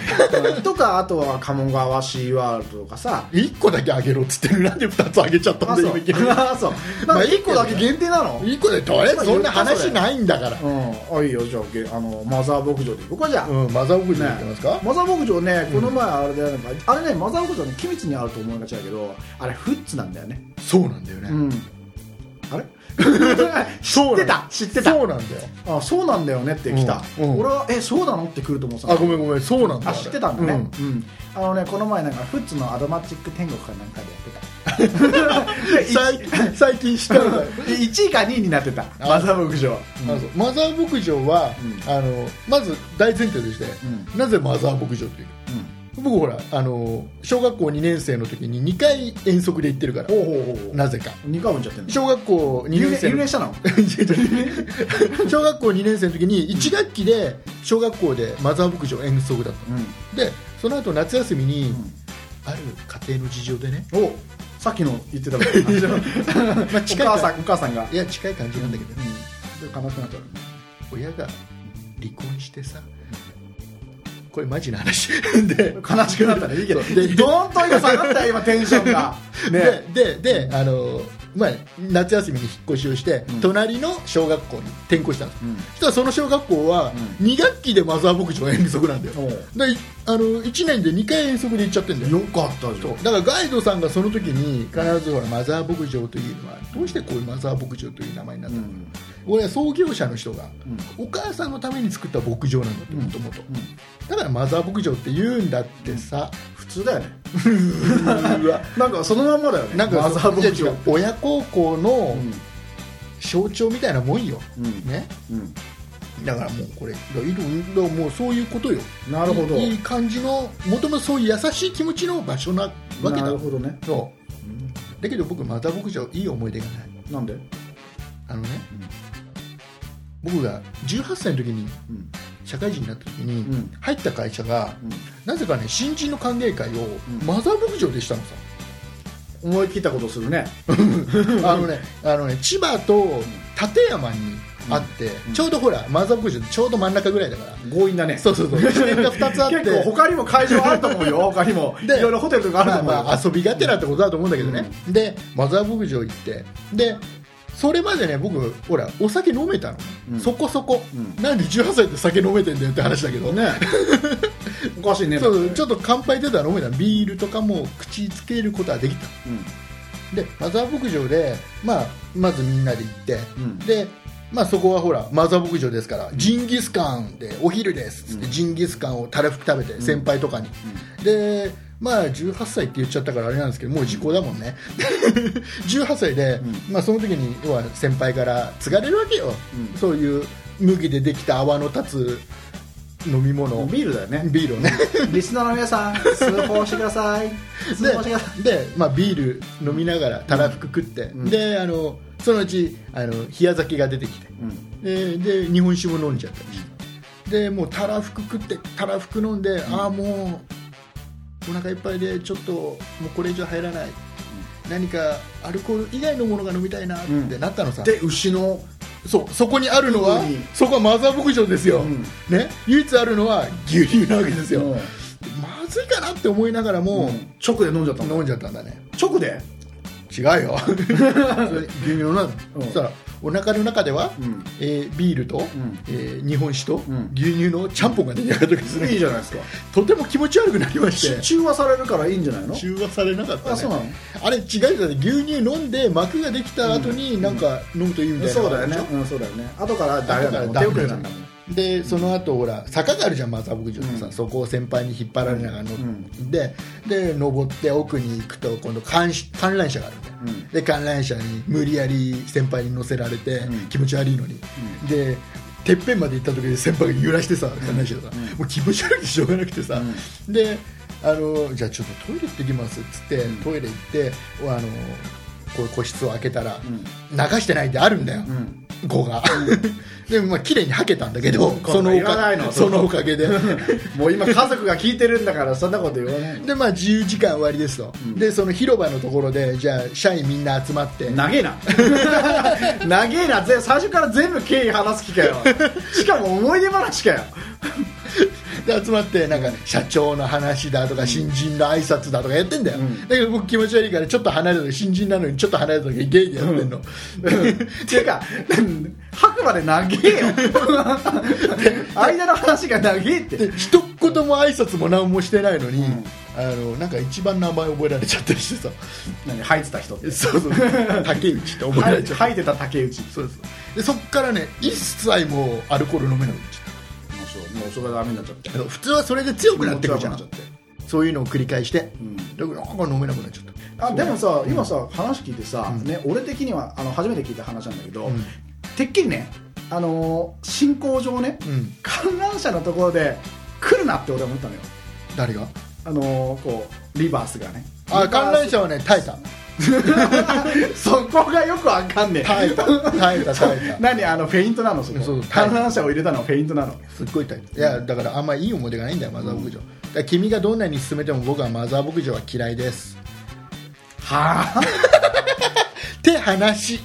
[SPEAKER 2] とかあとは鴨川シーワールドとかさ
[SPEAKER 3] 一個だけあげろっつってるなんで二つあげちゃった
[SPEAKER 2] あ
[SPEAKER 3] んだ
[SPEAKER 2] そう
[SPEAKER 3] よ今君
[SPEAKER 2] あそう
[SPEAKER 3] ま
[SPEAKER 2] な
[SPEAKER 3] あ
[SPEAKER 2] んか
[SPEAKER 3] いいけ
[SPEAKER 2] 1個
[SPEAKER 3] どね
[SPEAKER 2] だけ限定なの
[SPEAKER 3] 一個でとりあえずそんな話ないんだから
[SPEAKER 2] うんあいいよじゃあげあのマザー牧場で行こうかじゃあ、
[SPEAKER 3] うんマザー牧場行きますか、
[SPEAKER 2] マザー牧場ねこの前あれだよね、あれねマザー牧場ね君津にあると思いがちだけどあれフッツなんだよね
[SPEAKER 3] そうなんだよね、
[SPEAKER 2] うんあれ [LAUGHS] 知ってた
[SPEAKER 3] 知ってた [LAUGHS] そうなんだよ
[SPEAKER 2] あそうなんだよねって来た、
[SPEAKER 3] うんうん
[SPEAKER 2] 俺はえそうなのって来ると思ってた
[SPEAKER 3] あごめんごめんそうなんだ
[SPEAKER 2] あ知ってたんだね、
[SPEAKER 3] う
[SPEAKER 2] うんあのねこの前なんかフッツのアドマチック天国かなんかで
[SPEAKER 3] [LAUGHS]
[SPEAKER 2] やってた
[SPEAKER 3] 最近最近知ったんだよ
[SPEAKER 2] でい1位か2位になってた [LAUGHS] マザー牧場、うん
[SPEAKER 3] あそうマザー牧場は、
[SPEAKER 2] う
[SPEAKER 3] あのまず大前提として、
[SPEAKER 2] う
[SPEAKER 3] なぜマザー牧場っていう
[SPEAKER 2] うん
[SPEAKER 3] 僕ほらあの小学校2年生の時に2回遠足で行ってるから
[SPEAKER 2] ほうほうほうほう
[SPEAKER 3] なぜか
[SPEAKER 2] 2回もんじゃって
[SPEAKER 3] [LAUGHS]
[SPEAKER 2] んの
[SPEAKER 3] 小学校2
[SPEAKER 2] 留
[SPEAKER 3] 年
[SPEAKER 2] 年
[SPEAKER 3] 生
[SPEAKER 2] 留
[SPEAKER 3] の
[SPEAKER 2] 年した
[SPEAKER 3] [LAUGHS]
[SPEAKER 2] の
[SPEAKER 3] 小学校2年生の時に1学期で小学校でマザー牧場遠足だっ
[SPEAKER 2] う
[SPEAKER 3] たでその後夏休みに、
[SPEAKER 2] ん
[SPEAKER 3] ある家庭の事情でね、
[SPEAKER 2] おさっきの言ってたことと同じ [LAUGHS]
[SPEAKER 3] まあ、
[SPEAKER 2] お
[SPEAKER 3] 近い
[SPEAKER 2] 母さ
[SPEAKER 3] か
[SPEAKER 2] んお母さんが
[SPEAKER 3] いや近い感じなんだけどね、
[SPEAKER 2] うんで悲しくなっちゃう
[SPEAKER 3] 親が離婚してさこれマジな話 [LAUGHS] で
[SPEAKER 2] 悲しくなったねいい [LAUGHS] けど
[SPEAKER 3] そうで
[SPEAKER 2] ドーンと今下がったよ今テンションが [LAUGHS] ね
[SPEAKER 3] ででであのまあ、夏休みに引っ越しをして、
[SPEAKER 2] うん
[SPEAKER 3] 隣の小学校に転校したんです、
[SPEAKER 2] うん
[SPEAKER 3] そしたらその小学校は
[SPEAKER 2] う
[SPEAKER 3] 2学期でマザー牧場遠足なんだよ、
[SPEAKER 2] おう
[SPEAKER 3] でいあの1年で2回遠足で行っちゃってんだよ
[SPEAKER 2] よかったじゃん
[SPEAKER 3] だからガイドさんがその時に必ずほらマザー牧場というのはどうしてこういうマザー牧場という名前になったのか、
[SPEAKER 2] うん
[SPEAKER 3] これは創業者の人が、お母さんのために作った牧場なんだって
[SPEAKER 2] うん
[SPEAKER 3] もともと
[SPEAKER 2] うん
[SPEAKER 3] だからマザー牧場って言うんだってさ、
[SPEAKER 2] 普通だよね
[SPEAKER 3] うわ
[SPEAKER 2] なんかそのまんまだよね
[SPEAKER 3] なんか
[SPEAKER 2] マザー牧
[SPEAKER 3] いや違
[SPEAKER 2] 場
[SPEAKER 3] う親孝行の
[SPEAKER 2] うん
[SPEAKER 3] 象徴みたいなもんよ、
[SPEAKER 2] うん
[SPEAKER 3] ね
[SPEAKER 2] うん
[SPEAKER 3] だからもうこれいろいろもうそういうことよ
[SPEAKER 2] なるほど
[SPEAKER 3] いいいい感じのもともとそういう優しい気持ちの場所なわけ
[SPEAKER 2] な
[SPEAKER 3] だ
[SPEAKER 2] るほどね
[SPEAKER 3] そうだけど僕マザー牧場いい思い出がない
[SPEAKER 2] なんで
[SPEAKER 3] あのね、僕が18歳の時に
[SPEAKER 2] うん
[SPEAKER 3] 社会人になった時に、
[SPEAKER 2] うん
[SPEAKER 3] 入った会社が、
[SPEAKER 2] うん
[SPEAKER 3] なぜかね新人の歓迎会を、
[SPEAKER 2] うん
[SPEAKER 3] マザー牧場でしたのさ
[SPEAKER 2] 思い切ったことするね
[SPEAKER 3] あのねあのね千葉と館山にあって、
[SPEAKER 2] うん
[SPEAKER 3] ちょうどほらマザー牧場ってちょうど真ん中ぐらいだから、
[SPEAKER 2] 強引だね
[SPEAKER 3] そうそうそう支店が2つあって
[SPEAKER 2] 結構他にも会場あると思う [LAUGHS] よ他にもい
[SPEAKER 3] で
[SPEAKER 2] ろいろホテルとかある
[SPEAKER 3] ま
[SPEAKER 2] と
[SPEAKER 3] あ
[SPEAKER 2] 思うよ、
[SPEAKER 3] まあ遊びがてらってことだと思うんだけどね、でマザー牧場行ってでそれまでね僕ほらお酒飲めたの、
[SPEAKER 2] うん
[SPEAKER 3] そこそこ、
[SPEAKER 2] うん
[SPEAKER 3] なんで18歳で酒飲めてんだよって話だけど、
[SPEAKER 2] ね [LAUGHS] おかしいね
[SPEAKER 3] そうちょっと乾杯出たら飲めたのビールとかも口つけることはできた
[SPEAKER 2] うん
[SPEAKER 3] でマザー牧場で、まあ、まずみんなで行って、
[SPEAKER 2] うん
[SPEAKER 3] で、まあ、そこはほらマザー牧場ですからジンギスカンでお昼ですっつって、
[SPEAKER 2] うん
[SPEAKER 3] ジンギスカンをたらふく食べて、先輩とかに、でまあ18歳って言っちゃったからあれなんですけどもう時効だもんね [LAUGHS] 18歳で、
[SPEAKER 2] う
[SPEAKER 3] まあ、その時に要は先輩から継がれるわけよ、
[SPEAKER 2] うん
[SPEAKER 3] そういう麦でできた泡の立つ飲み物、
[SPEAKER 2] もうビールだよね
[SPEAKER 3] ビールをね
[SPEAKER 2] リスナーの皆さん通報してください通報してください
[SPEAKER 3] でで、まあ、ビール飲みながらたらふく食って、
[SPEAKER 2] ん
[SPEAKER 3] であのそのうちあの冷や酒が出てきて
[SPEAKER 2] うん
[SPEAKER 3] でで日本酒も飲んじゃったりしてでもうたらふく食ってたらふく飲んで、ああもうお腹いっぱいでちょっともうこれ以上入らない、何かアルコール以外のものが飲みたいなってなったのさ、
[SPEAKER 2] で牛の
[SPEAKER 3] そうそこにあるのは、
[SPEAKER 2] うん
[SPEAKER 3] そこはマザー牧場ですよ、
[SPEAKER 2] うん
[SPEAKER 3] ね、唯一あるのは牛乳なわけですよ、
[SPEAKER 2] うん
[SPEAKER 3] まずいかなって思いながらも、
[SPEAKER 2] 直で飲んじゃったの
[SPEAKER 3] 飲んじゃったんだね
[SPEAKER 2] 直で
[SPEAKER 3] 違う
[SPEAKER 2] [LAUGHS]
[SPEAKER 3] よそれ牛乳飲んだの、
[SPEAKER 2] うん
[SPEAKER 3] そしたらお腹の中では、
[SPEAKER 2] うん
[SPEAKER 3] えービールと、
[SPEAKER 2] ん
[SPEAKER 3] えー日本酒と、
[SPEAKER 2] うん
[SPEAKER 3] 牛乳のちゃんぽんが出来上がったわけですね
[SPEAKER 2] いいじゃないですか
[SPEAKER 3] とても気持ち悪くなりまして
[SPEAKER 2] し中和されるからいいんじゃないの
[SPEAKER 3] 中和されなかった、ね、
[SPEAKER 2] あそうなの
[SPEAKER 3] あれ違うよね牛乳飲んで膜ができた後になんか飲むといいみたいな
[SPEAKER 2] そうだよねうんそうだよね後からダメだ
[SPEAKER 3] だ
[SPEAKER 2] もん
[SPEAKER 3] か
[SPEAKER 2] 手
[SPEAKER 3] ら
[SPEAKER 2] 遅れなんだもん
[SPEAKER 3] でその後ほら坂があるじゃんマザー牧場ってさ、
[SPEAKER 2] うん
[SPEAKER 3] そこを先輩に引っ張られながら乗って、
[SPEAKER 2] うん
[SPEAKER 3] でで登って奥に行くと今度観し観覧車があるんだよ、
[SPEAKER 2] うん
[SPEAKER 3] で観覧車に無理やり先輩に乗せられて、
[SPEAKER 2] ん
[SPEAKER 3] 気持ち悪いのに、でてっぺんまで行った時に先輩が揺らしてさ観覧車がさ、もう気持ち悪くてしょうがなくてさ、であのじゃあちょっとトイレ行ってきますっつって、トイレ行ってあのこう個室を開けたら、流してないってあるんだよ、
[SPEAKER 2] ん
[SPEAKER 3] 語が、 [LAUGHS] でもまあ綺麗に吐けたんだけど、
[SPEAKER 2] ん
[SPEAKER 3] そのお
[SPEAKER 2] いらな
[SPEAKER 3] か
[SPEAKER 2] いの
[SPEAKER 3] そのおか
[SPEAKER 2] [LAUGHS]
[SPEAKER 3] げで
[SPEAKER 2] もう今家族が聞いてるんだからそんなこと言わない
[SPEAKER 3] でまあ自由時間終わりですと、でその広場のところでじゃあ社員みんな集まって
[SPEAKER 2] 長えな [LAUGHS] 長えなぜ最初から全部経緯話す気かよしかも思い出話かよ
[SPEAKER 3] で集まってなんか社長の話だとか新人の挨拶だとかやってんだよ、だけど僕気持ち悪いからちょっと離れた時新人なのにちょっと離れた時ゲイゲイやってんの、
[SPEAKER 2] ていうかうん吐くまで長えよ [LAUGHS] 間の話が長えって
[SPEAKER 3] で一言も挨拶も何もしてないのに、あのなんか一番名前覚えられちゃったりしてさ
[SPEAKER 2] 何吐いてた人って
[SPEAKER 3] そうそう竹内って覚えら
[SPEAKER 2] 吐
[SPEAKER 3] れ
[SPEAKER 2] い
[SPEAKER 3] ちゃった
[SPEAKER 2] 吐いてた竹内
[SPEAKER 3] そうですでそっからね一切もうアルコール飲めなくなっちゃっ
[SPEAKER 2] もうしょうもうそれがダメになっちゃって
[SPEAKER 3] たあの普通はそれで強くなってくるじゃ
[SPEAKER 2] 強
[SPEAKER 3] ん
[SPEAKER 2] くなっちゃって
[SPEAKER 3] そういうのを繰り返して、だからなんか飲めなくなっちゃった
[SPEAKER 2] あでもさ今さ話聞いてさ、ね、俺的にはあの初めて聞いた話なんだけど、
[SPEAKER 3] ん
[SPEAKER 2] てっきりね、あのー進行上ね、
[SPEAKER 3] うん
[SPEAKER 2] 観覧車のところで来るなって俺は思ったのよ、
[SPEAKER 3] 誰が
[SPEAKER 2] あのーこうリバースがね
[SPEAKER 3] あ
[SPEAKER 2] リバ
[SPEAKER 3] 観
[SPEAKER 2] ー
[SPEAKER 3] 覧
[SPEAKER 2] ス
[SPEAKER 3] 車はね耐えた
[SPEAKER 2] [LAUGHS] そこがよくわかんね
[SPEAKER 3] 耐えた
[SPEAKER 2] [LAUGHS]
[SPEAKER 3] 耐えた耐えた
[SPEAKER 2] 何あのフェイントなのそこ
[SPEAKER 3] そう
[SPEAKER 2] 観覧車を入れたのはフェイントなの [LAUGHS]
[SPEAKER 3] すっごい耐えたいやだからあんまいい思い出がないんだよマザー牧場、だから君がどんなに勧めても僕はマザー牧場は嫌いです
[SPEAKER 2] はあ
[SPEAKER 3] って話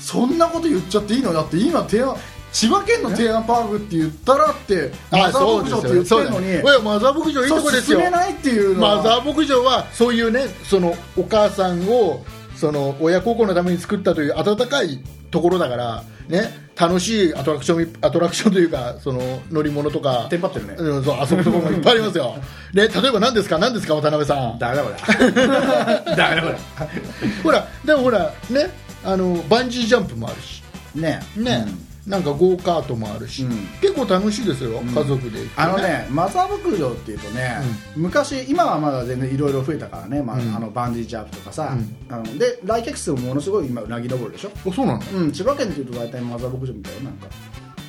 [SPEAKER 2] そんなこと言っちゃっていいのだって今提案千葉県のテーマパークって言ったらってマザー牧場って言って
[SPEAKER 3] そう
[SPEAKER 2] るのに
[SPEAKER 3] ですよいやマザー牧場いいとこです
[SPEAKER 2] そう
[SPEAKER 3] よ
[SPEAKER 2] 進めないっていうのは
[SPEAKER 3] マザー牧場はそういうねそのお母さんをその親孝行のために作ったという温かいところだからね楽しいアトラクションアトラクションというかその乗り物とか
[SPEAKER 2] テンパってるね
[SPEAKER 3] うん、そう遊ぶところもいっぱいありま
[SPEAKER 2] [LAUGHS]
[SPEAKER 3] すよね例えば何ですか何ですか渡辺さん
[SPEAKER 2] ダメだこれ [LAUGHS] ダメだこ
[SPEAKER 3] ほらでもほらねあのバンジージャンプもあるし
[SPEAKER 2] れねえ
[SPEAKER 3] ね、なんかゴーカートもあるし、
[SPEAKER 2] うん
[SPEAKER 3] 結構楽しいですよ、家族で行くと
[SPEAKER 2] あのね、マザー牧場っていうとね、昔、今はまだ全然いろいろ増えたからね、まああのバンジージャンプとかさ、あので来客数もものすごい今、うなぎ登るでしょ、
[SPEAKER 3] あそうなの
[SPEAKER 2] うん、千葉県っていうと大体マザー牧場みたいよなんか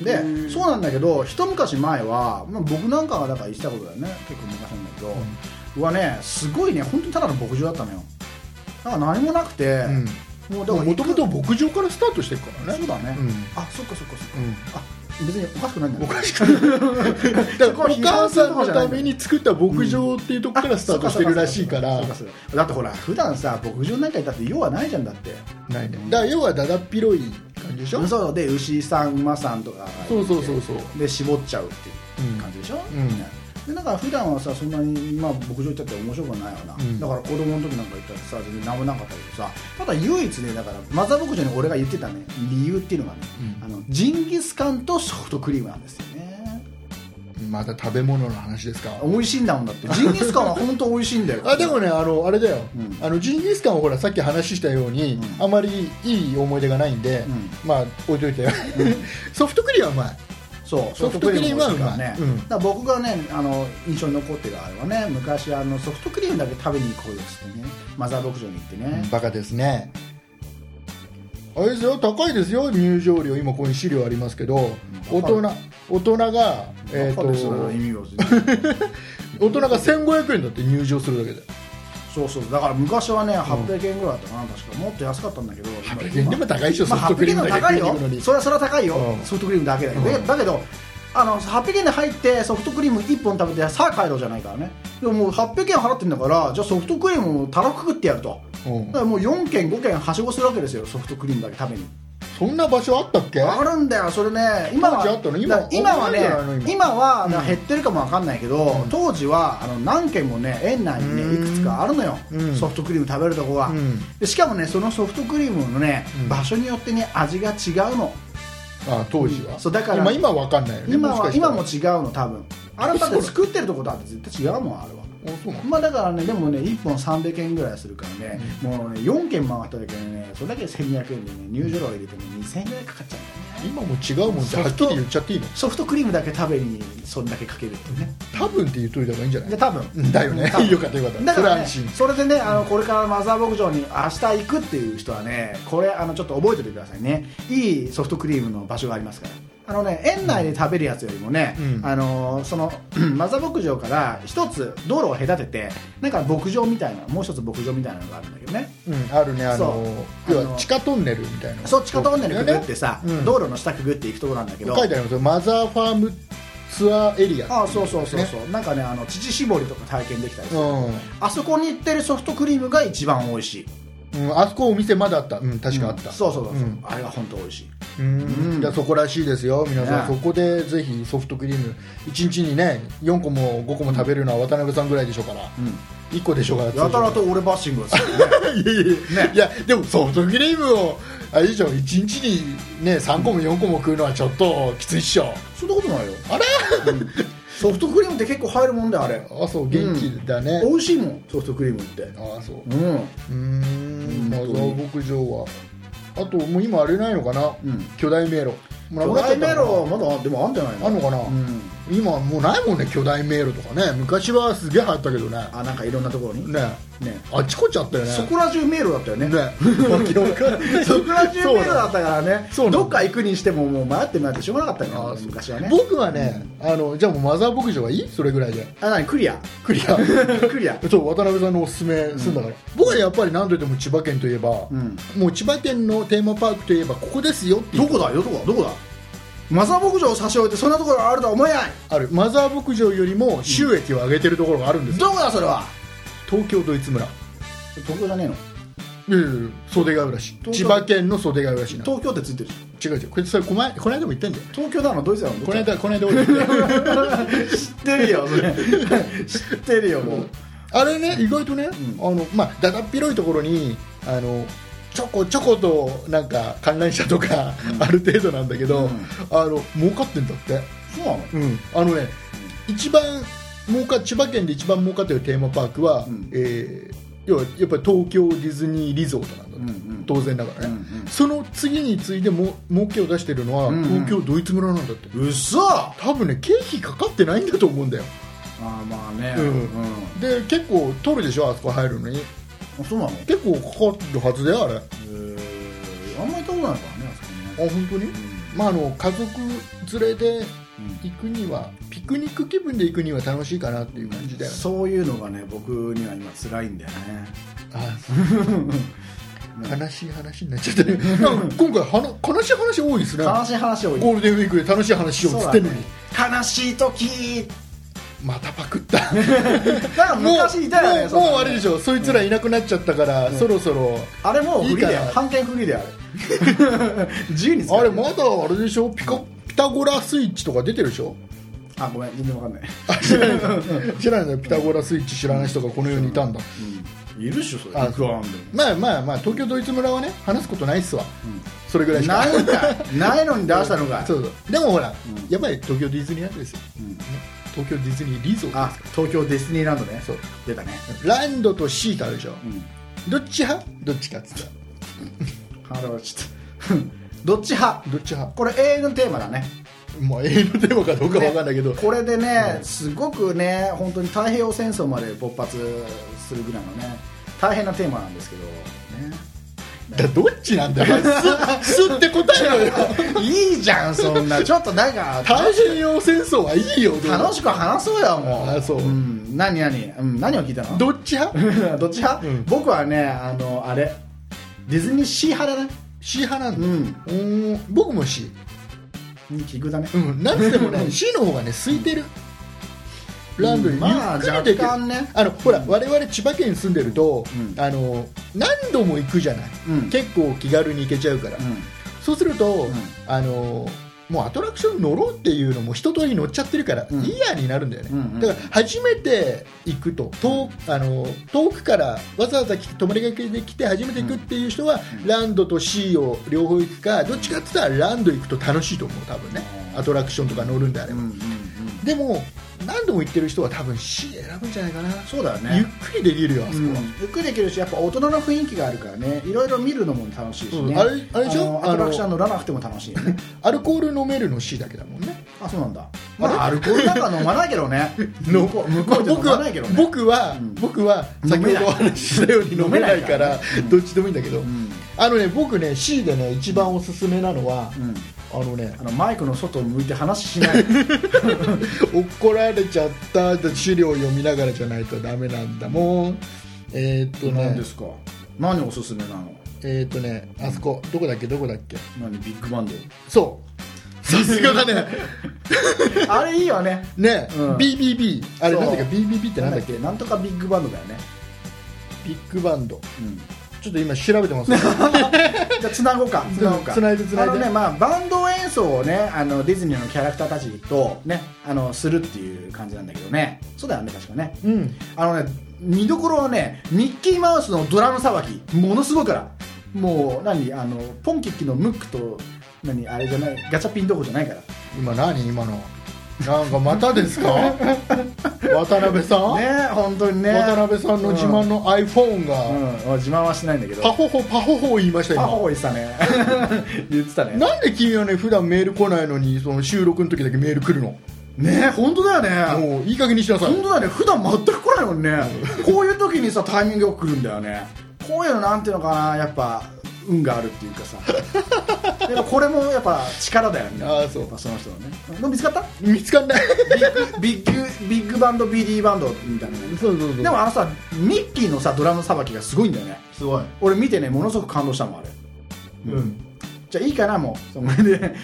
[SPEAKER 2] でそうなんだけど一昔前は、まあ、僕なんかがだから言ってたことだよね結構昔なんだけど、はねすごいね本当にただの牧場だったのよだから何もなくて、もうだから
[SPEAKER 3] もともと牧場からスタートしてるからね
[SPEAKER 2] そうだね、
[SPEAKER 3] うん
[SPEAKER 2] あそっかそっかそっか、
[SPEAKER 3] うん
[SPEAKER 2] あ別におかしくないんだ
[SPEAKER 3] お
[SPEAKER 2] よね
[SPEAKER 3] かしくないだからお母さんのために作った牧場っていうところからスタートしてるらしいから
[SPEAKER 2] あそうそうそうだってほら普段さ牧場なんかいたって用はないじゃんだって
[SPEAKER 3] ないねだから要はだだっぴろい感じでしょ
[SPEAKER 2] そうで牛さん馬さんとかがいて
[SPEAKER 3] そうそうそうそう
[SPEAKER 2] で絞っちゃうっていう感じでしょ、
[SPEAKER 3] うんうん
[SPEAKER 2] ねでだから普段はさそんなに、まあ、牧場行ったって面白くはないよな、
[SPEAKER 3] ん
[SPEAKER 2] だから子供の時なんか行ったらさ全然何もなかったけどさただ唯一ねだからマザー牧場に俺が言ってたね理由っていうのがね、あのジンギスカンとソフトクリームなんですよね
[SPEAKER 3] また食べ物の話ですか
[SPEAKER 2] 美味しいんだもんだってジンギスカンは本当美味しいんだよ
[SPEAKER 3] [LAUGHS] あでもねあのあれだよ、
[SPEAKER 2] うん
[SPEAKER 3] あのジンギスカンはほらさっき話したように、
[SPEAKER 2] うん
[SPEAKER 3] あまりいい思い出がないんで、
[SPEAKER 2] ん
[SPEAKER 3] まあ置いといて、 [LAUGHS] ソフトクリームはうまい
[SPEAKER 2] そう
[SPEAKER 3] ソフトクリームはうまい
[SPEAKER 2] ね、
[SPEAKER 3] うん
[SPEAKER 2] だから僕がねあの印象に残ってるあれはね昔あのソフトクリームだけ食べに行こうよっつってねマザー牧場に行ってね、
[SPEAKER 3] バカですねあれですよ高いですよ入場料今ここに資料ありますけど大人大人が、えー、
[SPEAKER 2] バカですよ
[SPEAKER 3] と
[SPEAKER 2] 意味が全然
[SPEAKER 3] 大人が1500円だって入場するだけで
[SPEAKER 2] そうそうだから昔はね800円ぐらいだったかな確かもっと安かったんだけど800
[SPEAKER 3] でも高いでしょ、
[SPEAKER 2] まあ、
[SPEAKER 3] ソフトク
[SPEAKER 2] 800
[SPEAKER 3] リ
[SPEAKER 2] 円
[SPEAKER 3] ーム
[SPEAKER 2] は
[SPEAKER 3] だけ
[SPEAKER 2] 高い
[SPEAKER 3] 食いに行くの
[SPEAKER 2] よ
[SPEAKER 3] に
[SPEAKER 2] それはそれは高いよ、
[SPEAKER 3] うん
[SPEAKER 2] ソフトクリームだけだけど、だけどあの800円で入ってソフトクリーム1本食べてさあ帰ろうじゃないからねでももう800円払ってんだからじゃあソフトクリームをたらふく食ってやると
[SPEAKER 3] うん
[SPEAKER 2] だからもう4軒5軒はしごするわけですよソフトクリームだけ食べに
[SPEAKER 3] そんな場所あったっけ
[SPEAKER 2] あるんだよそれね今は
[SPEAKER 3] 当時あったの今
[SPEAKER 2] だから今はね
[SPEAKER 3] あんまりないんじゃないの今
[SPEAKER 2] 今はだから減ってるかもわかんないけど、当時はあの何軒もね園内にねい
[SPEAKER 3] うん
[SPEAKER 2] くつかあるのよ、
[SPEAKER 3] うん
[SPEAKER 2] ソフトクリーム食べるとこは、
[SPEAKER 3] うん
[SPEAKER 2] でしかもねそのソフトクリームのね、
[SPEAKER 3] うん
[SPEAKER 2] 場所によってね味が違うの
[SPEAKER 3] あ当時は、
[SPEAKER 2] そうだから
[SPEAKER 3] 今今わかんないよね
[SPEAKER 2] 今は
[SPEAKER 3] しかした
[SPEAKER 2] 今
[SPEAKER 3] ら
[SPEAKER 2] も違うの多分あれだって作ってるとこだって絶対違うもんあれは
[SPEAKER 3] あそうなの
[SPEAKER 2] まあだからねでもね1本300円ぐらいするからね、もうね4軒回っただけでねそれだけで1200円でね入場料入れても2000円ぐらいかかっちゃうんだよね
[SPEAKER 3] 今も違うもんってはっきり言っちゃっていいの
[SPEAKER 2] ソフトクリームだけ食べにそんだけかけるっていうね
[SPEAKER 3] 多分って言うといた方がいいんじゃない
[SPEAKER 2] で多分
[SPEAKER 3] だよね
[SPEAKER 2] 多分
[SPEAKER 3] [LAUGHS] よかったよかった
[SPEAKER 2] だから、ね、
[SPEAKER 3] それは安心
[SPEAKER 2] それでねあのこれからマザー牧場に明日行くっていう人はねこれあのちょっと覚えておいてくださいねいいソフトクリームの場所がありますからあのね園内で食べるやつよりもね、
[SPEAKER 3] うん
[SPEAKER 2] あのその [CLEARS THROAT] マザー牧場から一つ道路を隔ててなんか牧場みたいなもう一つ牧場みたいなのがあるんだけどね
[SPEAKER 3] うん、あるねあ
[SPEAKER 2] そ
[SPEAKER 3] の
[SPEAKER 2] う
[SPEAKER 3] 要
[SPEAKER 2] あの
[SPEAKER 3] は地下トンネルみたいな
[SPEAKER 2] そう地下トンネルくぐって
[SPEAKER 3] ね
[SPEAKER 2] さ、
[SPEAKER 3] うん
[SPEAKER 2] 道路の下くぐっていくところなんだけど
[SPEAKER 3] 書いてありますよマザーファームツアーエリア
[SPEAKER 2] ああそうそうそうそう、なんかねあの乳搾りとか体験できたりする、
[SPEAKER 3] う
[SPEAKER 2] あそこに行ってるソフトクリームが一番美味しい
[SPEAKER 3] ん、うん、あそこお店まだあったうん確かあった、
[SPEAKER 2] そうそうそうそう、
[SPEAKER 3] うん
[SPEAKER 2] あれが本当美味しい
[SPEAKER 3] うんじゃあそこらしいですよ皆さん、
[SPEAKER 2] ね
[SPEAKER 3] そこでぜひソフトクリーム1日にね4個も5個も食べるのは渡辺さんぐらいでしょうから、1個でしょうから
[SPEAKER 2] やたらと俺バッシングですよね
[SPEAKER 3] いやいやいや,、いやでもソフトクリームをあれでしょ1日にね3個も4個も食うのはちょっときついっしょ
[SPEAKER 2] そんなことないよ
[SPEAKER 3] あれ
[SPEAKER 2] ソフトクリームって結構入るもんだよあれ
[SPEAKER 3] あそう元気だね、
[SPEAKER 2] 美味しいもんソフトクリームって
[SPEAKER 3] あそう
[SPEAKER 2] うん
[SPEAKER 3] うーんマ
[SPEAKER 2] 本
[SPEAKER 3] ザ
[SPEAKER 2] 当に
[SPEAKER 3] ー牧場はあともう今あれないのかな、
[SPEAKER 2] うん
[SPEAKER 3] 巨大迷路も
[SPEAKER 2] 巨
[SPEAKER 3] うなくなっちゃ
[SPEAKER 2] 大
[SPEAKER 3] っ
[SPEAKER 2] 迷
[SPEAKER 3] たのか
[SPEAKER 2] 路はま
[SPEAKER 3] な
[SPEAKER 2] だでもあんじゃないの
[SPEAKER 3] あんのかな、
[SPEAKER 2] うん
[SPEAKER 3] 今もうないもんね巨大迷路とかね昔はすげえ流行ったけどね
[SPEAKER 2] あなんかいろんなところにね
[SPEAKER 3] ねあっちこっちあったよね
[SPEAKER 2] そこら中迷路だったよね
[SPEAKER 3] ね脇の中
[SPEAKER 2] そこら中迷路だったからね
[SPEAKER 3] そうなの
[SPEAKER 2] どっか行くにしてももう迷って迷ってしょうがなかった
[SPEAKER 3] あ
[SPEAKER 2] よね昔はね
[SPEAKER 3] [LAUGHS] 僕はね、あのじゃあもうマザー牧場はいいそれぐらいで
[SPEAKER 2] あ何クリア
[SPEAKER 3] クリア
[SPEAKER 2] [LAUGHS] クリア
[SPEAKER 3] そう渡辺さんのおすすめすんだから、僕はやっぱり何と言っても千葉県といえば、
[SPEAKER 2] うん
[SPEAKER 3] もう千葉県のテーマパークといえばここですよってい
[SPEAKER 2] ど
[SPEAKER 3] う
[SPEAKER 2] こだよどこだどこだマザー牧場を差し置いてそんなところがあるとは思えない
[SPEAKER 3] あるマザー牧場よりも収益を上げてるところがあるんですよ、
[SPEAKER 2] どこだそれは
[SPEAKER 3] 東京ドイツ村い
[SPEAKER 2] 東京じゃねえの
[SPEAKER 3] やいやいや袖ヶ浦市
[SPEAKER 2] 東
[SPEAKER 3] 千
[SPEAKER 2] 京
[SPEAKER 3] 葉県の袖ヶ浦市なの
[SPEAKER 2] 東京ってついてるし
[SPEAKER 3] 違う違うこれそれこまこの間も言ったんだよ
[SPEAKER 2] 東京なのドイツなの
[SPEAKER 3] この間この間俺言ったよ
[SPEAKER 2] [LAUGHS] 知ってるよそれ知ってるよもう
[SPEAKER 3] あれね意外とね、
[SPEAKER 2] ん
[SPEAKER 3] あのまあだだっ広いところにあのちょこちょことなんか観覧車とか、ある程度なんだけ
[SPEAKER 2] う
[SPEAKER 3] ど、
[SPEAKER 2] ん
[SPEAKER 3] あの儲かってんだって
[SPEAKER 2] そうなの
[SPEAKER 3] うん、あのね、一番儲か千葉県で一番儲かってるテーマパークは、
[SPEAKER 2] うん
[SPEAKER 3] えー要はやっぱり東京ディズニーリゾートなんだって、
[SPEAKER 2] うんうん
[SPEAKER 3] 当然だからね、
[SPEAKER 2] うんうん
[SPEAKER 3] その次に次いでも儲けを出してるのは、
[SPEAKER 2] うんうん
[SPEAKER 3] 東京ドイツ村なんだって
[SPEAKER 2] うっそあ
[SPEAKER 3] 多分ね経費かかってないんだと思うんだよ
[SPEAKER 2] あまあね
[SPEAKER 3] う
[SPEAKER 2] うんん、
[SPEAKER 3] で結構取るでしょあそこ入るのに
[SPEAKER 2] あそうなのへ
[SPEAKER 3] 結構かかってるはずだよあれあ
[SPEAKER 2] えあんまり行ったことないからねあそこね
[SPEAKER 3] 本当に、まああの家族連れで行くにはピクニック気分で行くには楽しいかなっていう感じだよね
[SPEAKER 2] そういうのがね僕には今辛いんだよね [LAUGHS]
[SPEAKER 3] あそう悲しい話になっちゃったねなんか今回はな悲しい話多いですね
[SPEAKER 2] 悲しい話を
[SPEAKER 3] ゴールデンウィークで楽しい話しようっつってんのに、
[SPEAKER 2] ね悲しい時 [LAUGHS]
[SPEAKER 3] またパクった
[SPEAKER 2] だから
[SPEAKER 3] もうも
[SPEAKER 2] [LAUGHS] 昔いたよね
[SPEAKER 3] う
[SPEAKER 2] そんな
[SPEAKER 3] も
[SPEAKER 2] の
[SPEAKER 3] うあれでしょそいつらいなくなっちゃったから、そろそろ
[SPEAKER 2] あれもうフリーだよ
[SPEAKER 3] いいから
[SPEAKER 2] 半券フリーだよあれ [LAUGHS] 自由に使
[SPEAKER 3] あ
[SPEAKER 2] え
[SPEAKER 3] れ
[SPEAKER 2] る
[SPEAKER 3] まだあれでしょピカピタゴラスイッチとか出てるでしょ
[SPEAKER 2] あごめん全然わかんない
[SPEAKER 3] 知らないのピタゴラスイッチ知らない人がこの世にいたんだ、
[SPEAKER 2] いるっしょそれ
[SPEAKER 3] あ
[SPEAKER 2] いくらあんでも
[SPEAKER 3] まあまあまあ東京ドイツ村はね話すことないっすわ、それぐらいしか
[SPEAKER 2] ないんかいないのに出したのかい
[SPEAKER 3] そうそうでもほら、やっぱり東京ディズニーランドですよ、ね東京ディズニーリゾート
[SPEAKER 2] あ東京ディズニーランドね
[SPEAKER 3] そう
[SPEAKER 2] 出たね
[SPEAKER 3] ランドとシートあるでしょ、
[SPEAKER 2] ん
[SPEAKER 3] どっち派どっちかっつったら
[SPEAKER 2] あれはち [LAUGHS] ょっとどっち派
[SPEAKER 3] どっち派
[SPEAKER 2] これ永遠のテーマだね
[SPEAKER 3] まあ英語テーマかどうかわかんないけど、
[SPEAKER 2] これでねすごくね本当に太平洋戦争まで勃発するぐらいのね大変なテーマなんですけどね
[SPEAKER 3] だどっちなん
[SPEAKER 2] [LAUGHS]
[SPEAKER 3] だよすすって答えろよ
[SPEAKER 2] いいじゃんそんなちょっとなんか
[SPEAKER 3] 太平洋戦争はいいよどう
[SPEAKER 2] 楽しく話そうよもう、
[SPEAKER 3] あそうん
[SPEAKER 2] 何何、うん、何を聞いたの
[SPEAKER 3] どっち派
[SPEAKER 2] [LAUGHS] どっち派、
[SPEAKER 3] うん
[SPEAKER 2] 僕はねあのあれディズニーシー派だね
[SPEAKER 3] シー派なんだ、
[SPEAKER 2] うん
[SPEAKER 3] うーん僕もシー
[SPEAKER 2] に奇遇だね、
[SPEAKER 3] うん、なんつって
[SPEAKER 2] [LAUGHS]
[SPEAKER 3] もね C の方がね空いてるランドリー、
[SPEAKER 2] まあ
[SPEAKER 3] ゆっくりできる
[SPEAKER 2] 若干ね
[SPEAKER 3] あのほら、我々千葉県に住んでると、
[SPEAKER 2] うん
[SPEAKER 3] あの何度も行くじゃない、
[SPEAKER 2] うん
[SPEAKER 3] 結構気軽に行けちゃうから、そうすると、
[SPEAKER 2] ん
[SPEAKER 3] あのもうアトラクション乗ろうっていうのも一通り乗っちゃってるから、
[SPEAKER 2] うん
[SPEAKER 3] いいやになるんだよね、
[SPEAKER 2] うんうん
[SPEAKER 3] だから初めて行くと遠あの遠くからわざわざ来て泊まりがけで来て初めて行くっていう人は、
[SPEAKER 2] うん
[SPEAKER 3] ランドと C を両方行くかどっちかって言ったらランド行くと楽しいと思う多分ねアトラクションとか乗るんであれ
[SPEAKER 2] う
[SPEAKER 3] ば、
[SPEAKER 2] んうんうん
[SPEAKER 3] でも何度も行ってる人は多分 C 選ぶんじゃないかな、
[SPEAKER 2] そうだよ
[SPEAKER 3] ゆっ
[SPEAKER 2] ね
[SPEAKER 3] くりできるよあそこ
[SPEAKER 2] うん
[SPEAKER 3] は。
[SPEAKER 2] ゆっくりできるしやっぱ大人の雰囲気があるからねいろいろ見るのも楽しいしね、
[SPEAKER 3] うんあれあれでしょ
[SPEAKER 2] の
[SPEAKER 3] あの
[SPEAKER 2] アトラクション乗らなくても楽しいよね
[SPEAKER 3] [LAUGHS] アルコール飲めるの C だけだもんね
[SPEAKER 2] あそうなんだまあアルコールなんか飲まないけど
[SPEAKER 3] [LAUGHS]
[SPEAKER 2] ね
[SPEAKER 3] の
[SPEAKER 2] 向こう向こうで飲
[SPEAKER 3] 僕
[SPEAKER 2] ま
[SPEAKER 3] は
[SPEAKER 2] ないけどね
[SPEAKER 3] 僕は、
[SPEAKER 2] うん
[SPEAKER 3] 僕は先ほどお話ししたように飲めな
[SPEAKER 2] 飲めな
[SPEAKER 3] いから
[SPEAKER 2] いからね
[SPEAKER 3] どっちでもいいんだけど、
[SPEAKER 2] うん
[SPEAKER 3] あのね僕ね C でね一番おすすめなのは、
[SPEAKER 2] うん
[SPEAKER 3] あのね
[SPEAKER 2] あのマイクの外を向いて話しない
[SPEAKER 3] 怒られちゃった資料読みながらじゃないとダメなんだもんえーっと
[SPEAKER 2] 何
[SPEAKER 3] ね
[SPEAKER 2] ですか何おすすめなの
[SPEAKER 3] えーっとねあそこどこだっけどこだっけ
[SPEAKER 2] 何ビッグバンド
[SPEAKER 3] [LAUGHS] そうさすがだね
[SPEAKER 2] [LAUGHS] あれいいよね
[SPEAKER 3] ね、
[SPEAKER 2] うん
[SPEAKER 3] BBB あれ
[SPEAKER 2] そう
[SPEAKER 3] なんだっけ BBB ってなんだっけ
[SPEAKER 2] なんとかビッグバンドだよね、
[SPEAKER 3] ビッグバンド
[SPEAKER 2] うん
[SPEAKER 3] ちょっと今調べて [LAUGHS] ますね
[SPEAKER 2] [LAUGHS] じゃあつなごうかつなごうか
[SPEAKER 3] つないでつないで
[SPEAKER 2] あのねまあバンド演奏をねあのディズニーのキャラクターたちとねあのするっていう感じなんだけどねそうだよね確かね
[SPEAKER 3] うん
[SPEAKER 2] あのね見どころはねミッキーマウスのドラムさばきものすごいからもう何あのポンキッキのムックと何あれじゃないガチャピンどこじゃないから
[SPEAKER 3] 今何今のなんかまたです [LAUGHS] か渡辺さん、
[SPEAKER 2] ね本当にね
[SPEAKER 3] 渡辺さんの自慢の iPhone が、
[SPEAKER 2] うん、うん、自慢はしないんだけど
[SPEAKER 3] パホホパホホ言いました
[SPEAKER 2] パ
[SPEAKER 3] 今
[SPEAKER 2] ホイさね [LAUGHS] 言ってたね
[SPEAKER 3] なんで君はね普段メール来ないのにその収録の時だけメール来るの
[SPEAKER 2] ね本当だよね
[SPEAKER 3] もういい加減にしなさい
[SPEAKER 2] 本当だね普段全く来ないもんねこういう時にさタイミングよく来るんだよねこういうのなんていうのかなやっぱ運があるっていうか
[SPEAKER 3] [LAUGHS]
[SPEAKER 2] さやっぱこれもやっぱ力だよね
[SPEAKER 3] あーそう
[SPEAKER 2] やっぱその人のねでも見つかった
[SPEAKER 3] 見つかんない
[SPEAKER 2] ビッグビッグビッグバンド BD バンドみたいなね
[SPEAKER 3] そうそうそう
[SPEAKER 2] でもあのさミッキーのさドラムさばきがすごいんだよね
[SPEAKER 3] すごい
[SPEAKER 2] 俺見てねものすごく感動したもんあれ
[SPEAKER 3] うん、
[SPEAKER 2] じゃあいいかなもうその辺で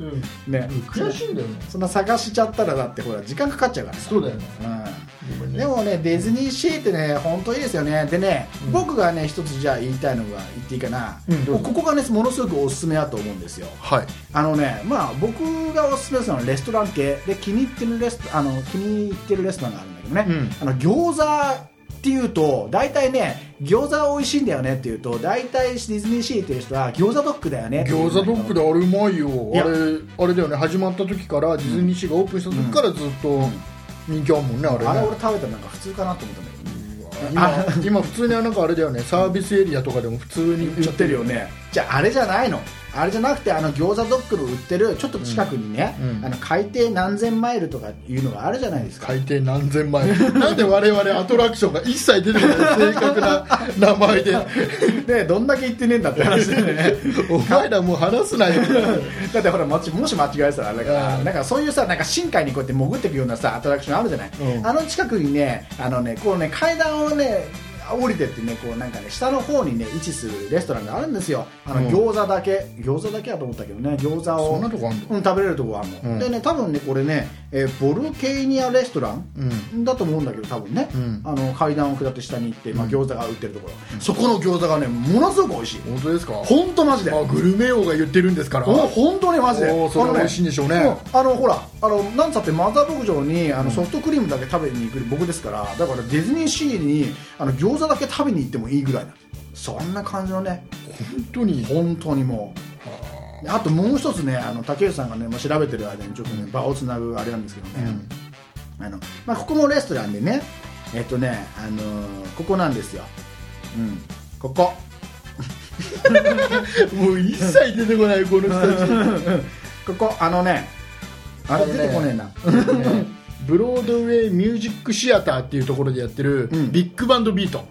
[SPEAKER 3] うん
[SPEAKER 2] ね
[SPEAKER 3] 悔しいんだよね
[SPEAKER 2] そんな探しちゃったらだってほら時間かかっちゃうからさ
[SPEAKER 3] そうだよねご
[SPEAKER 2] う
[SPEAKER 3] めん
[SPEAKER 2] ん、
[SPEAKER 3] ね
[SPEAKER 2] でもねディズニーシーってね本当いいですよねでね、
[SPEAKER 3] うん
[SPEAKER 2] 僕がね一つじゃあ言いたいのが言っていいかな、
[SPEAKER 3] うんどうぞ
[SPEAKER 2] ここがねものすごくおすすめだと思うんですよ
[SPEAKER 3] はい
[SPEAKER 2] あのねまあ僕がおすすめするのはレストラン系で気に入ってるレストあの気に入ってるレストランがあるんだけどね、あの餃子っていうと大体ね餃子美味しいんだよねっていうと大体ディズニーシーっていう人は餃子ドッグだよねっていう
[SPEAKER 3] 餃子ドッグであれうまいよ
[SPEAKER 2] いや
[SPEAKER 3] あれあれだよね始まった時からディズニーシーがオープンした時からずっと人気あるもんねあれね
[SPEAKER 2] あれ俺食べたらなんか普通かなと思ったんだけどね
[SPEAKER 3] [LAUGHS] 今今普通になんかあれだよねサービスエリアとかでも普通に売っ
[SPEAKER 2] 売
[SPEAKER 3] ちゃ
[SPEAKER 2] っ
[SPEAKER 3] って
[SPEAKER 2] て
[SPEAKER 3] る
[SPEAKER 2] るよねじゃああれじゃないのあれじゃなくてあの餃子ドッグの売ってるちょっと近くにね、
[SPEAKER 3] うんうん
[SPEAKER 2] あの海底何千マイルとかいうのがあるじゃないですか
[SPEAKER 3] 海底何千万円なんで我々アトラクションが一切出てこない正確な名前で
[SPEAKER 2] でどんだけ行ってねえんだって話でね
[SPEAKER 3] [LAUGHS] お前らもう話すなよ
[SPEAKER 2] [LAUGHS] だってほらもしもし間違えてたらあれだから、
[SPEAKER 3] うん
[SPEAKER 2] なんかそういうさなんか深海にこうやって潜っていくようなさアトラクションあるじゃない、
[SPEAKER 3] うん
[SPEAKER 2] あの近くにねあのねこうね階段をね降りてってねこうなんかね下の方にね位置するレストランがあるんですよあ
[SPEAKER 3] うん
[SPEAKER 2] の餃子だけ、餃子だけだと思ったけどね餃子を
[SPEAKER 3] そんなとこあんの
[SPEAKER 2] うん、食べれるとこあるの、
[SPEAKER 3] うん
[SPEAKER 2] でね多分ねこれね、えーボルケーニアレストラ
[SPEAKER 3] う
[SPEAKER 2] ンだと思うんだけど多分ね、
[SPEAKER 3] うん
[SPEAKER 2] あの階段を下って下に行って、まあ、餃子が売ってるところ、そこの餃子がねものすごく美味しい
[SPEAKER 3] 本当ですか
[SPEAKER 2] 本当マジで
[SPEAKER 3] あグルメ王が言ってるんですから
[SPEAKER 2] お本当にマジで
[SPEAKER 3] おーそれは
[SPEAKER 2] あのね
[SPEAKER 3] 美味しいんでしょうね
[SPEAKER 2] んあのほらあのなんつったってマザー牧場にあのソフトクリームだけ食べに行く僕ですからだからディズニーシーにあの餃子だけ食べに行ってもいいぐらいなそんな感じのね
[SPEAKER 3] 本当に
[SPEAKER 2] 本当にもうあともう一つねあの竹内さんがね、まあ、調べてる間にちょっとね場をつなぐあれなんですけどね、あのまあ、ここもレストランでねえっとね、あのーここなんですよ、うん、ここ
[SPEAKER 3] もう一切出てこないこの人 [LAUGHS]
[SPEAKER 2] ここあのねあれ
[SPEAKER 3] あのね
[SPEAKER 2] 出てこねえな
[SPEAKER 3] たちねブロードウェイミュージックシアターっていうところでやってる
[SPEAKER 2] うん
[SPEAKER 3] ビッグバンドビート、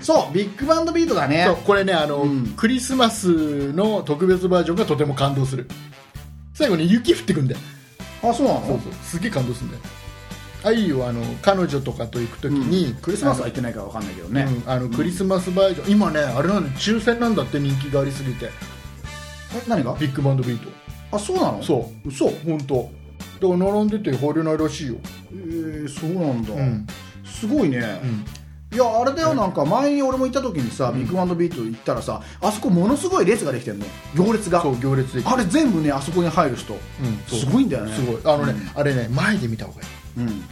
[SPEAKER 2] そうビッグバンドビートだね
[SPEAKER 3] そうこれねあの、
[SPEAKER 2] うん
[SPEAKER 3] クリスマスの特別バージョンがとても感動する最後に雪降ってくんだよ
[SPEAKER 2] あそうなの
[SPEAKER 3] そうそうすげえ感動するんだよあゆはあの彼女とかと行く時に、
[SPEAKER 2] うんクリスマスは行ってないからわかんないけどね、
[SPEAKER 3] うんあのクリスマスバージョン、今ねあれなんだよ抽選なんだって人気がありすぎて
[SPEAKER 2] え何が
[SPEAKER 3] ビッグバンドビート
[SPEAKER 2] あそうなのう
[SPEAKER 3] そうそう本当だから並んでて入れないらしいよ
[SPEAKER 2] えー、そうなんだ、
[SPEAKER 3] うん
[SPEAKER 2] すごいね、
[SPEAKER 3] うん
[SPEAKER 2] いやあれだよなんか前に俺も行った時にさ、ビッグワンドビート行ったらさあそこものすごい列ができてんの行列が
[SPEAKER 3] そう行列できて
[SPEAKER 2] あれ全部ねあそこに入る人、
[SPEAKER 3] うんそう
[SPEAKER 2] すごいんだよね
[SPEAKER 3] すごいあのね、あれね前で見た方がいい
[SPEAKER 2] うん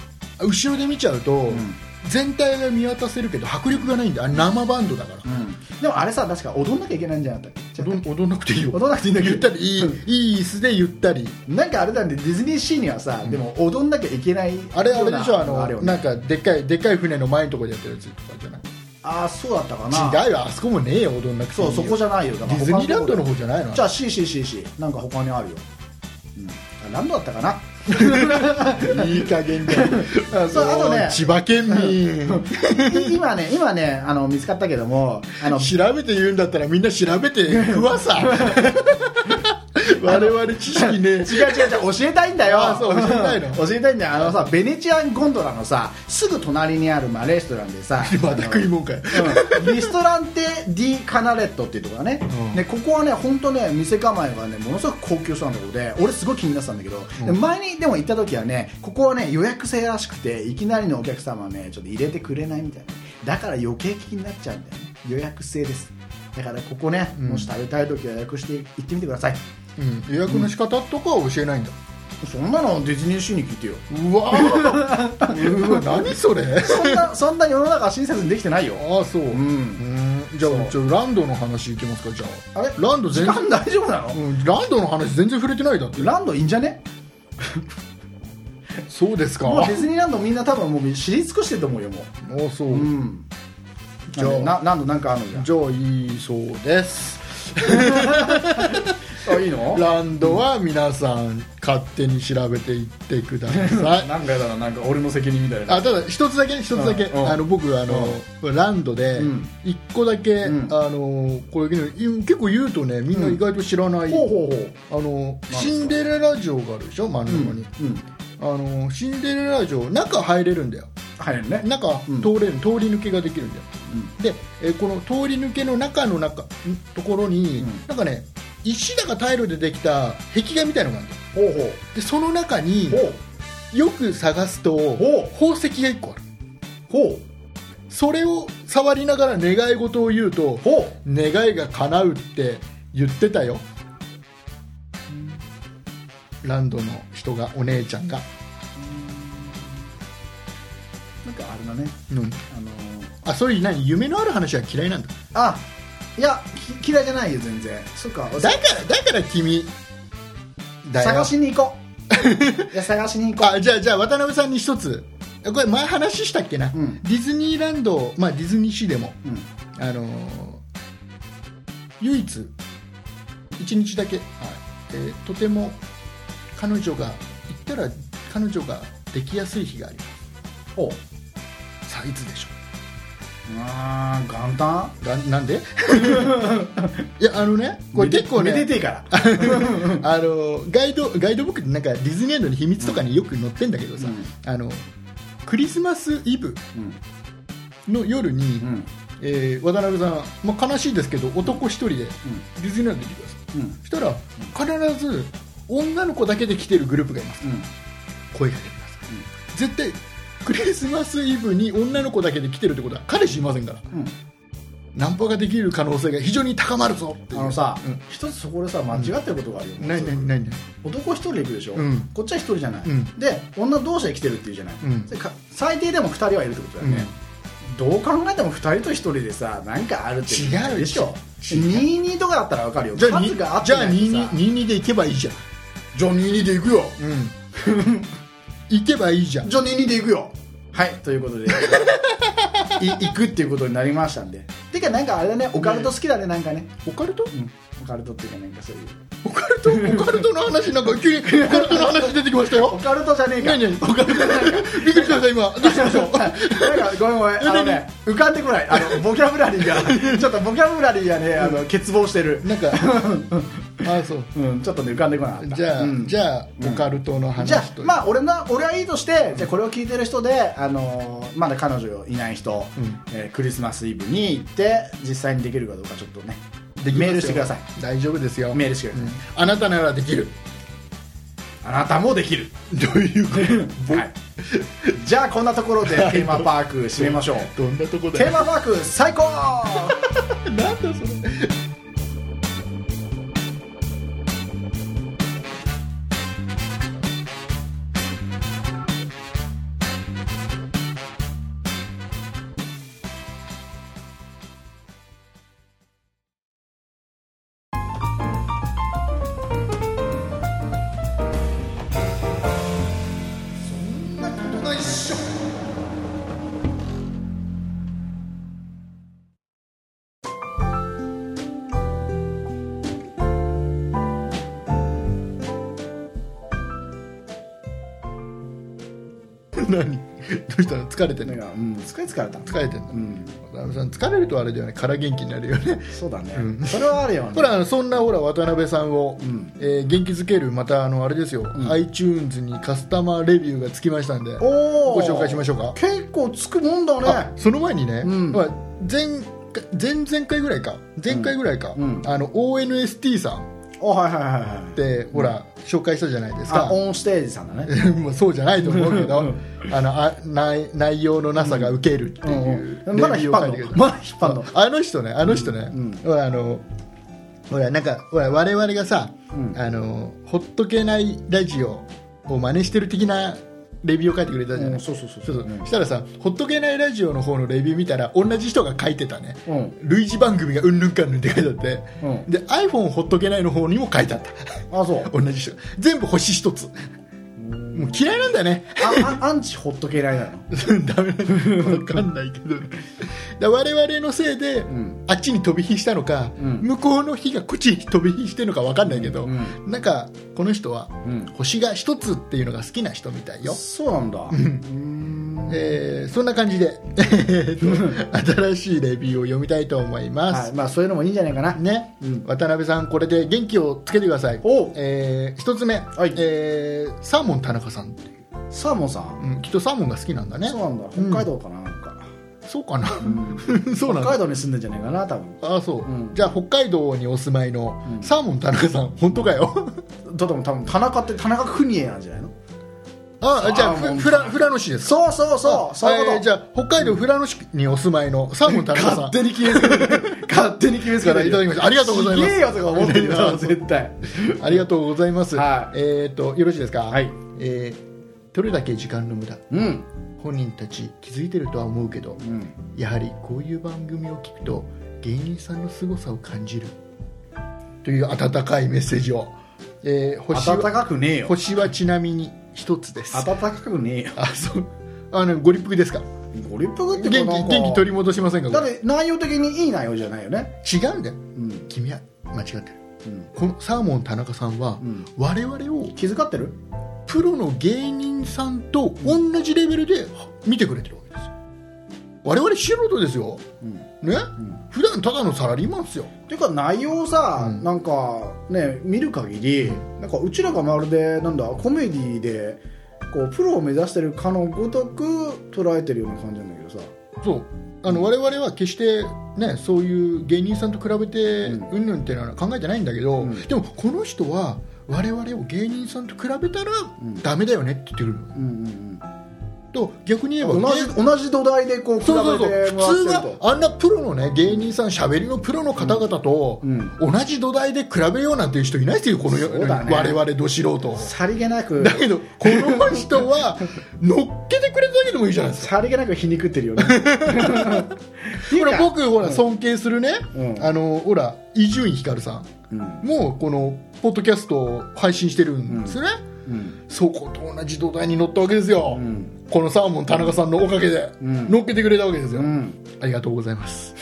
[SPEAKER 3] 後ろで見ちゃうと、
[SPEAKER 2] ん
[SPEAKER 3] 全体が見渡せるけど迫力がないんだあれ生バンドだから
[SPEAKER 2] うん、でもあれさ確か踊んなきゃいけないんじゃなかったっけ
[SPEAKER 3] 踊ん踊んなくていいよ
[SPEAKER 2] 踊んなくていいんだけど
[SPEAKER 3] ゆったりいいいい椅子でゆったり
[SPEAKER 2] なんかあれだねディズニーシーにはさ、でも踊んなきゃいけない
[SPEAKER 3] あれあれでしょあの
[SPEAKER 2] あれよ
[SPEAKER 3] な
[SPEAKER 2] ね
[SPEAKER 3] んかでっかいでっかい船の前のとこでやってるやつとかじゃない
[SPEAKER 2] ああそうだったかな
[SPEAKER 3] 違うよあそこもねえよ踊んなくて
[SPEAKER 2] そ
[SPEAKER 3] いいよ
[SPEAKER 2] うそこじゃないよ
[SPEAKER 3] デ
[SPEAKER 2] だから
[SPEAKER 3] ィズニーランドの方じゃないの
[SPEAKER 2] じゃあ CCCC なんか他にあるよ、うん、ランドだったかな [LAUGHS]
[SPEAKER 3] いい加減だよ [LAUGHS] あ
[SPEAKER 2] そうあとね
[SPEAKER 3] 千葉県
[SPEAKER 2] [LAUGHS]
[SPEAKER 3] 民
[SPEAKER 2] い今ね今ねあの見つかったけどもあ
[SPEAKER 3] [LAUGHS]
[SPEAKER 2] の
[SPEAKER 3] 調べて言うんだったらみんな調べて [LAUGHS] 食わさ我々知識ねえ
[SPEAKER 2] 違う違う違う教えたいんだよ
[SPEAKER 3] あそう教えたいの
[SPEAKER 2] [LAUGHS] 教えたいんだよあのさベネチアンゴンドラのさすぐ隣にある、まあ、レストランでさ
[SPEAKER 3] [LAUGHS] また食いもんかよ
[SPEAKER 2] あのうんリストランテ・ディ・カナレットっていうところね、
[SPEAKER 3] うん
[SPEAKER 2] でここはね本当ね店構えがねものすごく高級そうなところで俺すごい気になってたんだけど、で前にでも行った時はねここはね予約制らしくていきなりのお客様はねちょっと入れてくれないみたいなだから余計気になっちゃうんだよね予約制ですだからここね、
[SPEAKER 3] うん
[SPEAKER 2] もし食べたい時は予約して行ってみてください
[SPEAKER 3] うん予約の仕方とかは教えないんだ、
[SPEAKER 2] そんなのディズニーシーに聞いてよ
[SPEAKER 3] うわーうわ何そ [LAUGHS] れ
[SPEAKER 2] そんなそんな世の中は親切にできてないよ
[SPEAKER 3] ああそうう
[SPEAKER 2] うんん
[SPEAKER 3] じゃ
[SPEAKER 2] そ
[SPEAKER 3] あ
[SPEAKER 2] う
[SPEAKER 3] ちょランドの話いきますかじゃあ
[SPEAKER 2] あれ
[SPEAKER 3] ランド
[SPEAKER 2] 時
[SPEAKER 3] 全然、
[SPEAKER 2] 間大丈夫なの
[SPEAKER 3] うん、ランドの話全然触れてないだって
[SPEAKER 2] ランドいいんじゃね
[SPEAKER 3] そうですか
[SPEAKER 2] もう
[SPEAKER 3] あ
[SPEAKER 2] ディズニーランドみんな多分もう知り尽くしてると思うよも
[SPEAKER 3] あそう、
[SPEAKER 2] ううん
[SPEAKER 3] じゃあ
[SPEAKER 2] な何度なんかあるのじゃ
[SPEAKER 3] じゃあいいそうです
[SPEAKER 2] あいいの
[SPEAKER 3] ランドは皆さん勝手に調べていってください
[SPEAKER 2] なんかやだななんか俺の責任みたい
[SPEAKER 3] あただ一つだけね一つだけ、
[SPEAKER 2] うんうん
[SPEAKER 3] あの僕あの、ランドで
[SPEAKER 2] うん
[SPEAKER 3] 一個だけ、
[SPEAKER 2] うん
[SPEAKER 3] あのこれね結構言うとねみんな意外と知らない、
[SPEAKER 2] ほうほうほう
[SPEAKER 3] あの
[SPEAKER 2] か
[SPEAKER 3] シンデレラ城があるでしょ真ん
[SPEAKER 2] うん
[SPEAKER 3] 中に、
[SPEAKER 2] うん
[SPEAKER 3] あのシンデレラ城中入れるんだよ
[SPEAKER 2] 入るね
[SPEAKER 3] 中
[SPEAKER 2] うん
[SPEAKER 3] 通れる、通り抜けができるんだよ、でえーこの通り抜けの中の中んところに、
[SPEAKER 2] うん
[SPEAKER 3] なんかね石だかタイルでできた壁画みたいのがあるんだよ
[SPEAKER 2] ほうほう
[SPEAKER 3] でその中に
[SPEAKER 2] ほう
[SPEAKER 3] よく探すと
[SPEAKER 2] ほ
[SPEAKER 3] 宝石が1個ある
[SPEAKER 2] ほ
[SPEAKER 3] それを触りながら願い事を言うと
[SPEAKER 2] うほう
[SPEAKER 3] 願いが叶うって言ってたよランドの人がお姉ちゃんが、
[SPEAKER 2] なんかあれだね
[SPEAKER 3] うん、
[SPEAKER 2] あのー
[SPEAKER 3] あそういう何夢のある話は嫌いなんだ
[SPEAKER 2] あいやき嫌いじゃないよ全然そっか
[SPEAKER 3] だからだから君だよ
[SPEAKER 2] 探しに行こ [LAUGHS] ういや探しに行こ
[SPEAKER 3] あじゃあじゃあ渡辺さんに一つこれ前話したっけな、
[SPEAKER 2] うん
[SPEAKER 3] ディズニーランド、まあ、ディズニーシーでも、
[SPEAKER 2] う、うん
[SPEAKER 3] あのー唯一一日だけ、えーとても彼女が行ったら彼女ができやすい日がありま
[SPEAKER 2] ほう
[SPEAKER 3] すさあいつでしょ
[SPEAKER 2] あー元旦
[SPEAKER 3] うがなんで [LAUGHS] いやあのねこれ結構ね
[SPEAKER 2] めでてえから
[SPEAKER 3] あのガイドガイドブックってなんかディズニーランドの秘密とかによく載ってんだけどさ、
[SPEAKER 2] うん
[SPEAKER 3] あのクリスマスイブ
[SPEAKER 2] [LAUGHS] うん
[SPEAKER 3] の夜に、
[SPEAKER 2] うん
[SPEAKER 3] えー渡辺さん、まあ、悲しいですけど男一人でディズニーランドに行ってください
[SPEAKER 2] うんうん
[SPEAKER 3] そしたら必ず女の子だけで来てるグループがいます声かけてください、絶対クリスマスイブに女の子だけで来てるってことは彼氏いませんから
[SPEAKER 2] うん
[SPEAKER 3] ナンパができる可能性が非常に高まるぞっていう
[SPEAKER 2] あのさ、
[SPEAKER 3] うん
[SPEAKER 2] 一つそこでさ間違ってることがあるよ、
[SPEAKER 3] ないないないない
[SPEAKER 2] 男一人で行くでしょ、
[SPEAKER 3] うん
[SPEAKER 2] こっちは一人じゃない、
[SPEAKER 3] うん
[SPEAKER 2] で女同士で来てるっていうじゃない、
[SPEAKER 3] うん
[SPEAKER 2] でか最低でも二人はいるってことだよね、どう考えても二人と一人でさなんかあるって
[SPEAKER 3] 違う
[SPEAKER 2] でしょ
[SPEAKER 3] 違う
[SPEAKER 2] 22とかだったらわかるよ
[SPEAKER 3] じゃあ
[SPEAKER 2] 数
[SPEAKER 3] に
[SPEAKER 2] があっ
[SPEAKER 3] じ
[SPEAKER 2] て
[SPEAKER 3] ゃあ
[SPEAKER 2] ないとさ
[SPEAKER 3] 22で行けばいいじゃん
[SPEAKER 2] じゃあ22で行くよ
[SPEAKER 3] うん [LAUGHS] 行けばいいじゃん
[SPEAKER 2] じゃあ22で行くよはいという
[SPEAKER 3] [LAUGHS]
[SPEAKER 2] ことでい行くっていうことになりましたんでてかなんかあれだねオカルト好きだねなんかね、
[SPEAKER 3] オカルト
[SPEAKER 2] うん、オカルトっていうかなんかそういう
[SPEAKER 3] オカルトオカルトの話なんか
[SPEAKER 2] [LAUGHS]
[SPEAKER 3] 急にオカルトの話出てきましたよ
[SPEAKER 2] オカルトじゃねえか
[SPEAKER 3] 何何オカルトの話びっくりしまし
[SPEAKER 2] [LAUGHS]
[SPEAKER 3] た今どうしましょう
[SPEAKER 2] なんかごめんごめんあのね浮かんでこないあのボキャブラリーがちょっとボキャブラリーがねあの欠乏してる、
[SPEAKER 3] なんかあそう
[SPEAKER 2] うん、ちょっとね浮かんでこなかった
[SPEAKER 3] じゃあ、
[SPEAKER 2] うん
[SPEAKER 3] じゃあオカルトの
[SPEAKER 2] じゃあ
[SPEAKER 3] 話と
[SPEAKER 2] まあ俺の俺はいいとしてじゃあこれを聞いてる人で、あのーまだ彼女いない人、
[SPEAKER 3] うん
[SPEAKER 2] えークリスマスイブに行って実際にできるかどうかちょっとね
[SPEAKER 3] できますよ
[SPEAKER 2] メールしてください
[SPEAKER 3] 大丈夫ですよ
[SPEAKER 2] メールしてください
[SPEAKER 3] うんあなたならできる
[SPEAKER 2] あなたもできる
[SPEAKER 3] どういうこと
[SPEAKER 2] はいじゃあこんなところでテーマパーク締めましょう
[SPEAKER 3] どんなとこだ
[SPEAKER 2] テー
[SPEAKER 3] よ
[SPEAKER 2] マパーク最高
[SPEAKER 3] なんだそれ何どうしたの疲れてん
[SPEAKER 2] なん
[SPEAKER 3] の
[SPEAKER 2] かうん疲れ疲れた
[SPEAKER 3] 疲れてんの
[SPEAKER 2] うん
[SPEAKER 3] 渡辺さん疲れるとあれだよねから元気になるよね
[SPEAKER 2] そうだね、それはあるよね
[SPEAKER 3] ほらあのそんなほら渡辺さんを、
[SPEAKER 2] ん
[SPEAKER 3] えー元気づけるまたあのあれですよ、iTunes にカスタマーレビューがつきましたんで
[SPEAKER 2] お
[SPEAKER 3] ご紹介しましょうか
[SPEAKER 2] う結構つくもんだ
[SPEAKER 3] あ
[SPEAKER 2] ね
[SPEAKER 3] その前にね、
[SPEAKER 2] うん
[SPEAKER 3] まあ前回前々回ぐらいか前回ぐらいか、
[SPEAKER 2] うん
[SPEAKER 3] あの ONST さん
[SPEAKER 2] あはいはいはいはい
[SPEAKER 3] って、ほら紹介したじゃないです
[SPEAKER 2] あ
[SPEAKER 3] [LAUGHS] か
[SPEAKER 2] オンステージさんだね
[SPEAKER 3] もうそうじゃないと思うけどあのあ内内容のなさがウケるっていう、
[SPEAKER 2] うんうんまだ引っ張んの
[SPEAKER 3] レビューを書いてくれた
[SPEAKER 2] まだ引っ張んの
[SPEAKER 3] あの人ねあの人ね、
[SPEAKER 2] うん
[SPEAKER 3] ほらあのほらなんかほら我々がさ、
[SPEAKER 2] うん
[SPEAKER 3] あのほっとけないラジオを真似してる的なレビューを書いてくれたじゃ
[SPEAKER 2] う
[SPEAKER 3] なんい
[SPEAKER 2] そうそうそう
[SPEAKER 3] そうそう
[SPEAKER 2] うん
[SPEAKER 3] したらさほっとけないラジオの方のレビュー見たら同じ人が書いてたね、
[SPEAKER 2] う
[SPEAKER 3] 類似番組がうんぬんかんぬんって書いてあって、
[SPEAKER 2] うん
[SPEAKER 3] で iPhone ほっとけないの方にも書いてあった [LAUGHS]
[SPEAKER 2] あそう
[SPEAKER 3] 同じ人全部星一つもう嫌いなんだね [LAUGHS]
[SPEAKER 2] ああアンチほっとけないなの
[SPEAKER 3] ダメなんだわかんないけどだ我々のせいで、
[SPEAKER 2] ん
[SPEAKER 3] あっちに飛び火したのか、
[SPEAKER 2] ん
[SPEAKER 3] 向こうの火がこっちに飛び火してるのかわかんないけど、
[SPEAKER 2] うん
[SPEAKER 3] なんかこの人は、
[SPEAKER 2] うん
[SPEAKER 3] 星が一つっていうのが好きな人みたいよ、
[SPEAKER 2] そうなんだうーん
[SPEAKER 3] えーそんな感
[SPEAKER 2] [LAUGHS]
[SPEAKER 3] じで、えーと新しいレビューを読みたいと思いま
[SPEAKER 2] は
[SPEAKER 3] す、
[SPEAKER 2] いまあそういうのもいいんじゃないかな
[SPEAKER 3] ね、
[SPEAKER 2] うん
[SPEAKER 3] 渡辺さんこれで元気をつけてください
[SPEAKER 2] おう
[SPEAKER 3] えー一つ目、
[SPEAKER 2] い
[SPEAKER 3] えーサーモン田中さんっていう、
[SPEAKER 2] サーモンさん
[SPEAKER 3] うんきっとサーモンが好きなんだね
[SPEAKER 2] そうなんだ
[SPEAKER 3] うん
[SPEAKER 2] 北海道かななんか
[SPEAKER 3] そうかな、 [LAUGHS] そうな
[SPEAKER 2] 北
[SPEAKER 3] ん
[SPEAKER 2] 海
[SPEAKER 3] だ
[SPEAKER 2] 道に住んでんじゃないかな多分
[SPEAKER 3] ああそ
[SPEAKER 2] う
[SPEAKER 3] う、
[SPEAKER 2] ん
[SPEAKER 3] じゃあ北海道にお住まいの、
[SPEAKER 2] うん
[SPEAKER 3] サーモン田中さん本当かよ
[SPEAKER 2] だってもう多分田中って田中邦衛なんじゃないの
[SPEAKER 3] ああじゃあ
[SPEAKER 2] サーモン
[SPEAKER 3] ふ富良富良野市ですか
[SPEAKER 2] そうそうそうそういうこ
[SPEAKER 3] え
[SPEAKER 2] と
[SPEAKER 3] ーじゃあ北海道富良野市にお住まいのサーモン田中さん
[SPEAKER 2] 勝手に決めつける勝手に決めつけ
[SPEAKER 3] いただきましたありがとうございます
[SPEAKER 2] すげえよとか思ってるな絶対
[SPEAKER 3] ありがとうございます。
[SPEAKER 2] はい
[SPEAKER 3] えっ、とよろしいですか。
[SPEAKER 2] はい
[SPEAKER 3] えーどれだけ時間の無駄。
[SPEAKER 2] うん
[SPEAKER 3] 本人たち気づいてるとは思うけど、
[SPEAKER 2] うん
[SPEAKER 3] やはりこういう番組を聞くと芸人さんの凄さを感じるという温かいメッセージを。えー星
[SPEAKER 2] 暖
[SPEAKER 3] は
[SPEAKER 2] かくねえよ
[SPEAKER 3] 星はちなみに一つです。
[SPEAKER 2] 暖かくねえよ
[SPEAKER 3] あそう。あのご立腹ですか。
[SPEAKER 2] ゴリップグって
[SPEAKER 3] 元気元気取り戻しませんか。
[SPEAKER 2] だ
[SPEAKER 3] こ
[SPEAKER 2] っ
[SPEAKER 3] れ
[SPEAKER 2] て内容的にいい内容じゃないよね
[SPEAKER 3] 違うんだよ。
[SPEAKER 2] うん
[SPEAKER 3] 君は間違ってる。
[SPEAKER 2] うん
[SPEAKER 3] このサーモン田中さんは、
[SPEAKER 2] うん
[SPEAKER 3] 我々を
[SPEAKER 2] 気遣ってる
[SPEAKER 3] プロの芸人さんと同じレベルで見てくれてるわけですよ我々素人ですよ
[SPEAKER 2] うん
[SPEAKER 3] ね、普段ただのサラリーマンですよ
[SPEAKER 2] っていうか内容をさ、
[SPEAKER 3] うん
[SPEAKER 2] なんかね見る限りなんかうちらがまるでなんだコメディでこうプロを目指してるかのごとく捉えてるような感じなんだけどさ
[SPEAKER 3] そうあの我々は決してねそういう芸人さんと比べて
[SPEAKER 2] うん
[SPEAKER 3] うんぬんっていうのは考えてないんだけど、
[SPEAKER 2] うん
[SPEAKER 3] でもこの人は我々を芸人さんと比べたら
[SPEAKER 2] うん
[SPEAKER 3] ダメだよねって言ってくるの
[SPEAKER 2] うんうん
[SPEAKER 3] と逆に言えば
[SPEAKER 2] うん、同
[SPEAKER 3] 芸
[SPEAKER 2] じ同じ土台でこう比べて
[SPEAKER 3] そう
[SPEAKER 2] もら
[SPEAKER 3] そう
[SPEAKER 2] って
[SPEAKER 3] そう
[SPEAKER 2] ると
[SPEAKER 3] 普通はあんなプロのね芸人さんしゃべりのプロの方々と
[SPEAKER 2] うん
[SPEAKER 3] 同じ土台で比べようなんていう人いないですよこの世、
[SPEAKER 2] そうだね
[SPEAKER 3] 我々ど素人
[SPEAKER 2] さりげな [LAUGHS] く
[SPEAKER 3] だけどこの
[SPEAKER 2] [LAUGHS]
[SPEAKER 3] 人は乗っけてくれただけでもいいじゃないですか
[SPEAKER 2] さりげなく皮肉ってる [LAUGHS] よねっていう
[SPEAKER 3] ほ
[SPEAKER 2] から
[SPEAKER 3] 僕ほら尊敬するね、
[SPEAKER 2] うん
[SPEAKER 3] あのほら伊集院光さん
[SPEAKER 2] うん
[SPEAKER 3] もこのポッドキャストを配信してるんですよね、
[SPEAKER 2] うん
[SPEAKER 3] そこと同じ土台に乗ったわけですよ、
[SPEAKER 2] うん
[SPEAKER 3] このサーモン田中さんのおかげで
[SPEAKER 2] うん
[SPEAKER 3] 乗っけてくれたわけですよ、
[SPEAKER 2] うん
[SPEAKER 3] ありがとうございます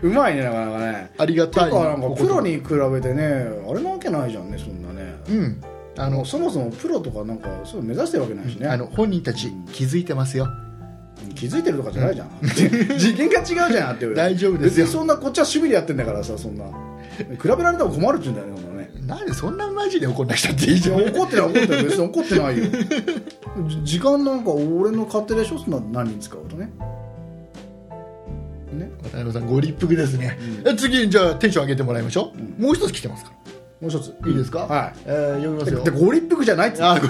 [SPEAKER 2] うまいねなかなかね
[SPEAKER 3] ありが
[SPEAKER 2] て
[SPEAKER 3] たい
[SPEAKER 2] かなんか
[SPEAKER 3] お言葉
[SPEAKER 2] プロに比べてねあれなわけないじゃんねそんなね
[SPEAKER 3] うんあ
[SPEAKER 2] あ
[SPEAKER 3] の
[SPEAKER 2] のそもそもプロとかなんかそういうの目指してるわけないしね、
[SPEAKER 3] あの本人たち気づいてますよ
[SPEAKER 2] 気づいてるとかじゃ [LAUGHS] ないじゃん次元が違うじゃんっていう
[SPEAKER 3] 大丈夫ですよ
[SPEAKER 2] 別にそんなこっちは趣味でやってんだからさそんな比べられても困るっちゅうんだよねほんなね
[SPEAKER 3] なんでそんなマジで怒んな人っていい
[SPEAKER 2] い
[SPEAKER 3] じゃ
[SPEAKER 2] や
[SPEAKER 3] ん
[SPEAKER 2] 怒ってない怒ってない別に怒ってないよじ時間なんか俺の勝手でしょそんなの何に使うとねね
[SPEAKER 3] 渡辺さんご立腹ですね、え次じゃあテンション上げてもらいましょう、もう一つ来てますか
[SPEAKER 2] もう一つ
[SPEAKER 3] らいいですか、
[SPEAKER 2] はい
[SPEAKER 3] えー読みますよ
[SPEAKER 2] でご立腹じゃないっつって
[SPEAKER 3] あご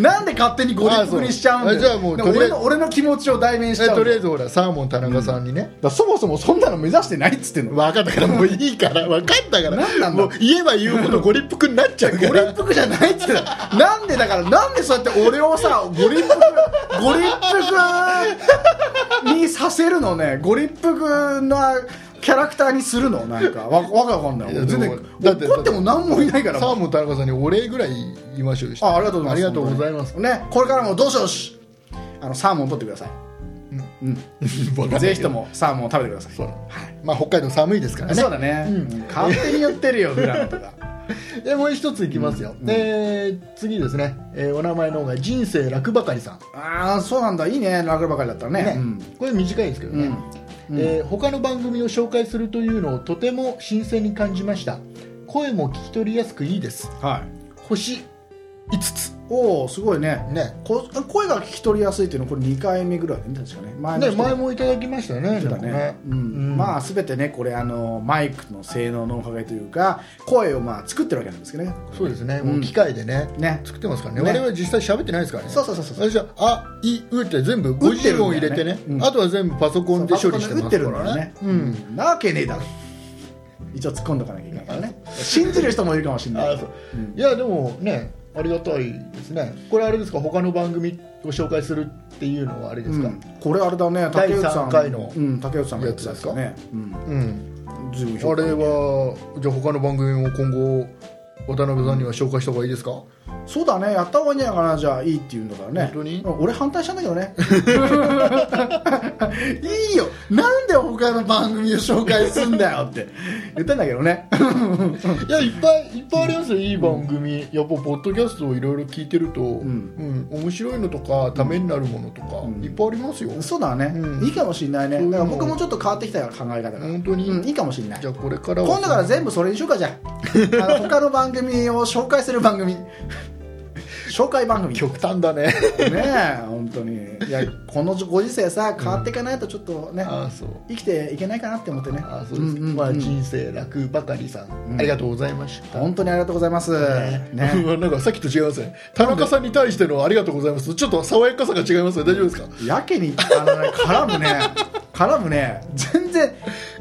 [SPEAKER 2] [LAUGHS] なんで勝手にご立腹にしちゃうんだよ
[SPEAKER 3] あそうあじゃあもう
[SPEAKER 2] でも
[SPEAKER 3] と
[SPEAKER 2] 俺
[SPEAKER 3] りあえず
[SPEAKER 2] の俺の気持ちを代弁しち
[SPEAKER 3] え
[SPEAKER 2] ゃう
[SPEAKER 3] とりあえ
[SPEAKER 2] だ
[SPEAKER 3] ずほらサーモン田中さんにね、
[SPEAKER 2] からそもそもそんなの目指してないっつってんの
[SPEAKER 3] 分かったからもういいから分かったから
[SPEAKER 2] 何なんだ
[SPEAKER 3] もう言えば言うほどご立腹になっちゃうか
[SPEAKER 2] ご立
[SPEAKER 3] ら
[SPEAKER 2] 腹じゃないっつってたなんでだからなんでそうやって俺をさご立腹ご立腹にさせるのねご立腹なキャラクターにするのなんかわわけわかんない
[SPEAKER 3] いやで
[SPEAKER 2] 全
[SPEAKER 3] も
[SPEAKER 2] 然
[SPEAKER 3] だって
[SPEAKER 2] 怒っても何もいないから
[SPEAKER 3] サーモン田中さんにお礼ぐらい言いましょうよ
[SPEAKER 2] あありがとうございます
[SPEAKER 3] ありがとうござい [LAUGHS] ます
[SPEAKER 2] ねこれからもどうしよしあのサーモン取ってくださいうん、ぜひともサーモンを食べてください
[SPEAKER 3] そうまあ北海道寒いですからね
[SPEAKER 2] そうだね、うん勝手に言ってるよ富良野とか
[SPEAKER 3] でもう一ついきますよ、えー次ですね、えーお名前の方が人生楽ばかりさん、
[SPEAKER 2] ああそうなんだいいね楽ばかりだったらね
[SPEAKER 3] ね
[SPEAKER 2] うん
[SPEAKER 3] これ短いですけどね、えー他の番組を紹介するというのをとても新鮮に感じました声も聞き取りやすくいいです
[SPEAKER 2] はい
[SPEAKER 3] 星5つ
[SPEAKER 2] おおすごいね
[SPEAKER 3] ね
[SPEAKER 2] こ声が聞き取りやすいっていうのはこれ2回目ぐらいで確かね前
[SPEAKER 3] ね
[SPEAKER 2] の人
[SPEAKER 3] 前もいただきましたよね
[SPEAKER 2] そうだね
[SPEAKER 3] なんか
[SPEAKER 2] うんまあ全てねこれあのマイクの性能のおかげというか声をまあ作ってるわけなんですけどね
[SPEAKER 3] そうですね、
[SPEAKER 2] ん
[SPEAKER 3] もう機械でね
[SPEAKER 2] ね
[SPEAKER 3] 作ってますからね
[SPEAKER 2] ね
[SPEAKER 3] 我々実際喋ってないですからね
[SPEAKER 2] そうそうそうそう
[SPEAKER 3] 私は「あいう」って全部
[SPEAKER 2] 打ってるんだよね
[SPEAKER 3] 50音入れてね、
[SPEAKER 2] うん
[SPEAKER 3] あとは全部パソコンで処理して
[SPEAKER 2] 打
[SPEAKER 3] ま
[SPEAKER 2] って
[SPEAKER 3] す
[SPEAKER 2] る
[SPEAKER 3] か
[SPEAKER 2] んだ
[SPEAKER 3] ら
[SPEAKER 2] よ
[SPEAKER 3] ね
[SPEAKER 2] ね、
[SPEAKER 3] うん
[SPEAKER 2] なわけねえだろ一応突っ込んどかなきゃいけないから
[SPEAKER 3] [LAUGHS]
[SPEAKER 2] ね信じる人もいるかもしれな
[SPEAKER 3] あ
[SPEAKER 2] い
[SPEAKER 3] そういやでもねありがたいですねこれあれですか他の番組を紹介するっていうのはあれで
[SPEAKER 2] う
[SPEAKER 3] すか
[SPEAKER 2] んこれあれだね
[SPEAKER 3] 第
[SPEAKER 2] 竹内さん
[SPEAKER 3] 三回の
[SPEAKER 2] うん、竹内さんがやってたやつだねうん
[SPEAKER 3] うん、
[SPEAKER 2] ずいぶん
[SPEAKER 3] あ
[SPEAKER 2] 評価
[SPEAKER 3] れはじゃあ他の番組も今後渡辺さんには紹介した方がいいですか
[SPEAKER 2] そうだねやった方がいいんじゃないかなじゃあいいって言うんだからね
[SPEAKER 3] 本当に
[SPEAKER 2] うん俺反対したんだけどね [LAUGHS] いいよなんで他の番組を紹介すんだよって言ったんだけどね
[SPEAKER 3] いやいっぱいいっぱいありますよいい番組、やっぱポッドキャストをいろいろ聞いてると、うん面白いのとかためになるものとか、いっぱいありますよ、
[SPEAKER 2] そうだね、
[SPEAKER 3] うん
[SPEAKER 2] いいかもしれないね
[SPEAKER 3] そういう
[SPEAKER 2] だ
[SPEAKER 3] の
[SPEAKER 2] から僕もちょっと変わってきた考え方が
[SPEAKER 3] 本当に
[SPEAKER 2] うんいいかもしれない
[SPEAKER 3] じゃあこれからは
[SPEAKER 2] 今度から全部それにしようかじゃああの他の番組を紹介する番組紹介番組ね
[SPEAKER 3] 極端だね
[SPEAKER 2] え本当にいやこのご時世さ変わっていかないとちょっとね、
[SPEAKER 3] ああそう
[SPEAKER 2] 生きていけないかなって思ってね
[SPEAKER 3] ああそうです、
[SPEAKER 2] んんん
[SPEAKER 3] まあ人生楽ばかりさん、ありがとうございました
[SPEAKER 2] 本当にありがとうございますね
[SPEAKER 3] う [LAUGHS] わなんかさっきと違いますね田中さんに対してのありがとうございますちょっと爽やかさが違いますね大丈夫ですか
[SPEAKER 2] やけにあの、ね、絡む [LAUGHS] ね絡むね全然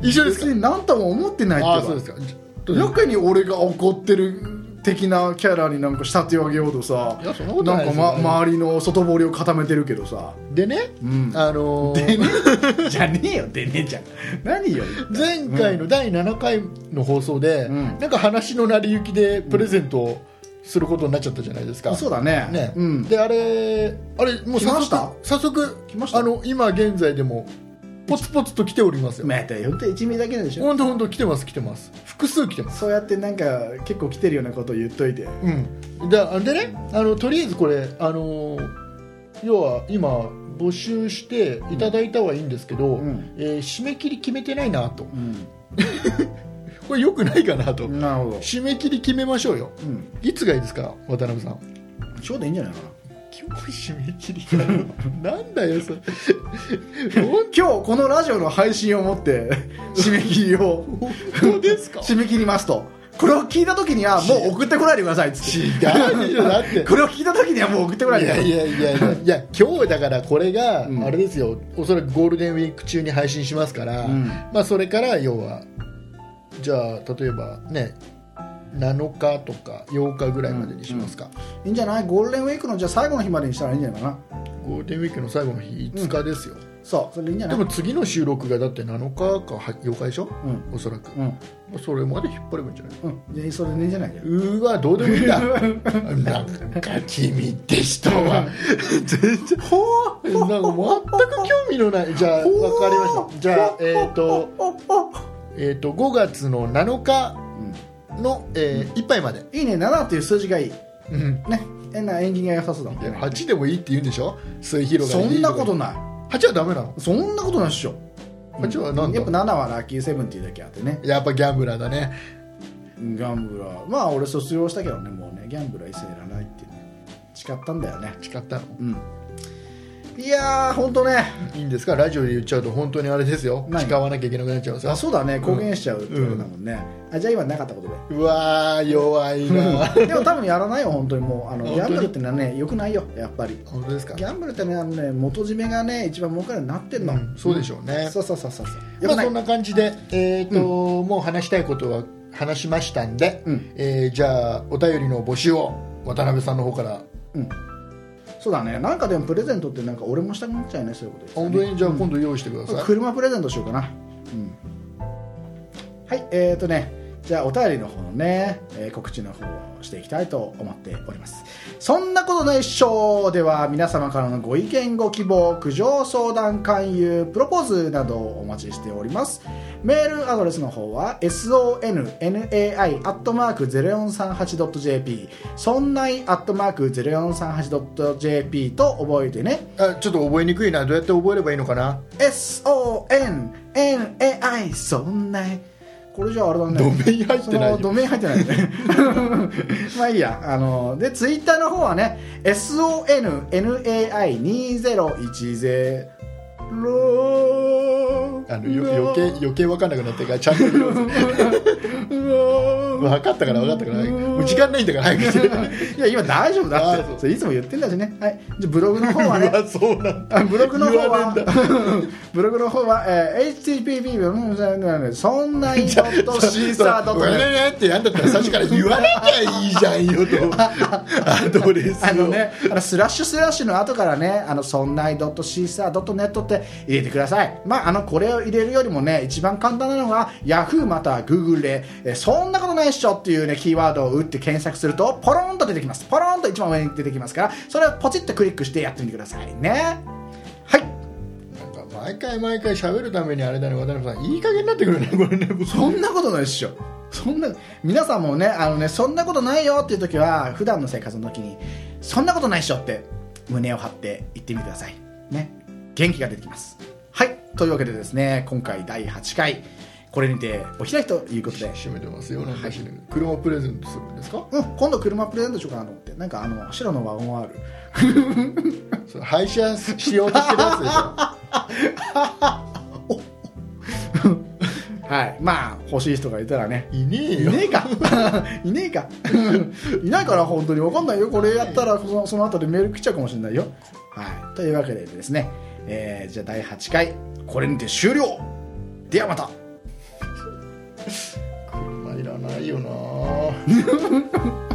[SPEAKER 3] 一緒ですか
[SPEAKER 2] 別に何とも思ってないって
[SPEAKER 3] ああ
[SPEAKER 2] い
[SPEAKER 3] そう
[SPEAKER 2] う
[SPEAKER 3] で
[SPEAKER 2] か
[SPEAKER 3] すか
[SPEAKER 2] やけに俺が怒ってる的なキャラになんか仕立て上げようとさ
[SPEAKER 3] いやそんなことないですよ
[SPEAKER 2] んか、ま、周りの外堀を固めてるけどさ
[SPEAKER 3] でね、
[SPEAKER 2] ん
[SPEAKER 3] あのー
[SPEAKER 2] でね [LAUGHS] じゃねえよでねえじゃん何よ
[SPEAKER 3] [LAUGHS] 前回の第7回の放送で、
[SPEAKER 2] うん
[SPEAKER 3] なんか話の成り行きでプレゼントをすることになっちゃったじゃないです
[SPEAKER 2] [LAUGHS]
[SPEAKER 3] か、
[SPEAKER 2] そうだね
[SPEAKER 3] ね
[SPEAKER 2] うん、
[SPEAKER 3] であれあれもう
[SPEAKER 2] 来ま
[SPEAKER 3] 早
[SPEAKER 2] した
[SPEAKER 3] 速早速
[SPEAKER 2] 来ました
[SPEAKER 3] あの今現在でもポツポツと来ておりますよ
[SPEAKER 2] またほんと1名だけなんでしょ
[SPEAKER 3] 本当本当来てます来てます複数来てます
[SPEAKER 2] そうやってなんか結構来てるようなことを言っといて
[SPEAKER 3] うん、ででねあのとりあえずこれあの要は今募集していただいたはいいんですけど、
[SPEAKER 2] ん
[SPEAKER 3] えー締め切り決めてないな
[SPEAKER 2] う
[SPEAKER 3] と
[SPEAKER 2] ん
[SPEAKER 3] これよくないかなと、
[SPEAKER 2] なるほど
[SPEAKER 3] 締め切り決めましょうよ
[SPEAKER 2] うん
[SPEAKER 3] いつがいいですか渡辺さん
[SPEAKER 2] ちょうどいいんじゃないかな
[SPEAKER 3] 今日締め切りだよ [LAUGHS] なんだよそれ
[SPEAKER 2] 今日このラジオの配信をもって締め切りを
[SPEAKER 3] 本当ですか [LAUGHS]
[SPEAKER 2] 締め切りますとこれを聞いた時にはもう送ってこないでくださいっつっ
[SPEAKER 3] 違うでしょだって
[SPEAKER 2] てこれを聞いた時にはもう送ってこない
[SPEAKER 3] い
[SPEAKER 2] でくだ
[SPEAKER 3] や
[SPEAKER 2] さい
[SPEAKER 3] いやいやいやいや今日だからこれが
[SPEAKER 2] ん
[SPEAKER 3] あれですよ、おそらくゴールデンウィーク中に配信しますから、
[SPEAKER 2] うん
[SPEAKER 3] まあそれから要はじゃあ例えばね7日とか8日ぐらいまでにしますか、
[SPEAKER 2] いいんじゃないゴールデンウィークのじゃあ最後の日までにしたらいいんじゃないかな
[SPEAKER 3] ゴールデンウィークの最後の日5日ですよ、
[SPEAKER 2] そうそれでいいんじゃな
[SPEAKER 3] で
[SPEAKER 2] い
[SPEAKER 3] も次の収録がだって7日か8日でしょ、
[SPEAKER 2] うん
[SPEAKER 3] おそらく、
[SPEAKER 2] う
[SPEAKER 3] ま
[SPEAKER 2] ん
[SPEAKER 3] あそれまで引っ張ればいいんじゃない
[SPEAKER 2] うんじゃあそれでいいんじゃないう
[SPEAKER 3] ーわどうでもいいんだ
[SPEAKER 2] [LAUGHS]
[SPEAKER 3] なんか君って人は全然
[SPEAKER 2] ほう
[SPEAKER 3] なんか全く興味のないじゃあわかりましたじゃあえっ、とえっ、と5月の7日の、えー、1杯まで、
[SPEAKER 2] いいね7という数字がいい
[SPEAKER 3] うん、
[SPEAKER 2] ねえな縁起が良さそうだもんね
[SPEAKER 3] 8でもいいって言うんでしょ末広が
[SPEAKER 2] そ
[SPEAKER 3] りでい
[SPEAKER 2] ん
[SPEAKER 3] い
[SPEAKER 2] なこと
[SPEAKER 3] か
[SPEAKER 2] な
[SPEAKER 3] 8はダメなの
[SPEAKER 2] いそんなことないっしょ
[SPEAKER 3] 8はなんだ
[SPEAKER 2] やっぱ7はラッキーセブンっていうだけあってね
[SPEAKER 3] やっぱギャンブラーだね
[SPEAKER 2] ギャンブラーまあ俺卒業したけどねもうねギャンブラー一切いらないってね誓ったんだよね
[SPEAKER 3] 誓ったの
[SPEAKER 2] うんいやー本当ね
[SPEAKER 3] いいんですかラジオで言っちゃうと本当にあれですよ
[SPEAKER 2] 何
[SPEAKER 3] 誓わなきゃいけなくなっちゃう
[SPEAKER 2] あ
[SPEAKER 3] さ
[SPEAKER 2] そうだね公言しちゃうってことだもんね、あじゃあ今なかったことで
[SPEAKER 3] うわー弱いな
[SPEAKER 2] でも多分やらないよ本当にもうあの
[SPEAKER 3] 本当
[SPEAKER 2] ギ
[SPEAKER 3] に
[SPEAKER 2] ャンブルってのはねよくないよやっぱり
[SPEAKER 3] 本当ですか
[SPEAKER 2] ギャンブルってのはね元締めがね一番儲かるようになってんの、
[SPEAKER 3] うんそうでしょうね
[SPEAKER 2] そうそうそうそうよ
[SPEAKER 3] ま
[SPEAKER 2] く
[SPEAKER 3] あ
[SPEAKER 2] ない
[SPEAKER 3] そんな感じでえっともう話したいことは話しましたんで
[SPEAKER 2] うん
[SPEAKER 3] えーじゃあお便りの募集を渡辺さんの方から
[SPEAKER 2] うんそうだねなんかでもプレゼントってなんか俺もしたくなっちゃうねそういうこと言っ
[SPEAKER 3] 本
[SPEAKER 2] て
[SPEAKER 3] 当
[SPEAKER 2] たね
[SPEAKER 3] にじゃあ今度用意してください
[SPEAKER 2] 車プレゼントしようかな、うん、はいえーとねじゃあお便りの方のね、えー告知の方をしていきたいと思っておりますそんなことないっしょでは皆様からのご意見ご希望苦情相談勧誘プロポーズなどをお待ちしておりますメールアドレスの方は sonnai.0438.jp そんない .0438.jp と覚えてね
[SPEAKER 3] あちょっと覚えにくいなどうやって覚えればいいのかな
[SPEAKER 2] SONNAI そんなこれじゃあれだね
[SPEAKER 3] ドメイン入ってない
[SPEAKER 2] その
[SPEAKER 3] よ
[SPEAKER 2] ドメイン入ってないねまあいいやあのでツイッターの方はね SONNAI2010
[SPEAKER 3] あのよ余計余計分かんなくなったからちゃんと分かったから分かったからもう時間ないんだから早くして [LAUGHS]
[SPEAKER 2] いや今大丈夫だ
[SPEAKER 3] あ
[SPEAKER 2] っ
[SPEAKER 3] そう
[SPEAKER 2] てそれいつも言ってんだしね、はい、じゃあブログの方はね
[SPEAKER 3] うわそうなんだ
[SPEAKER 2] あブログの方
[SPEAKER 3] 言わね
[SPEAKER 2] はブログの方は、えー、http うんそんないシーサー
[SPEAKER 3] うわ
[SPEAKER 2] .net
[SPEAKER 3] ねってやんだったら最初から言わなきゃいいじゃんよ
[SPEAKER 2] [LAUGHS]
[SPEAKER 3] とアドレスを
[SPEAKER 2] あのね、あのスラッシュスラッシュの後からね、あのそんない .caesar.net って入れてください。まあ、あの、これを入れるよりもね、一番簡単なのが、Yahoo または Google で、えーそんなことないっしょっていうね、キーワードを打って検索すると、ポロンと出てきます。ポロンと一番上に出てきますから、それをポチッとクリックしてやってみてくださいね。はい。
[SPEAKER 3] なんか毎回毎回喋るためにあれだね渡辺さんいい加減になってくるねこれね [LAUGHS]
[SPEAKER 2] そんなことないっしょ。そんな皆さんもねあのねそんなことないよっていう時は普段の生活の時にそんなことないっしょって胸を張って言ってみてくださいね元気が出てきますはいというわけでですね今回第8回これにてお開きということで
[SPEAKER 3] 閉めてますよなん [LAUGHS] かしね車プレゼントするんですか
[SPEAKER 2] うん今度車プレゼントしようかなと思ってなんかあの白のワゴン R
[SPEAKER 3] それ廃車しようとしてるやつでしょ
[SPEAKER 2] はいまあ欲しい人がいたらね
[SPEAKER 3] いねえ
[SPEAKER 2] い
[SPEAKER 3] よ
[SPEAKER 2] ねえ [LAUGHS] かいねえかいないから本当に分かんないよこれやったらそのその後でメール来ちゃうかもしれないよ、はい、というわけでですね、えーじゃあ第8回これにて終了ではまた
[SPEAKER 3] 車いらないよな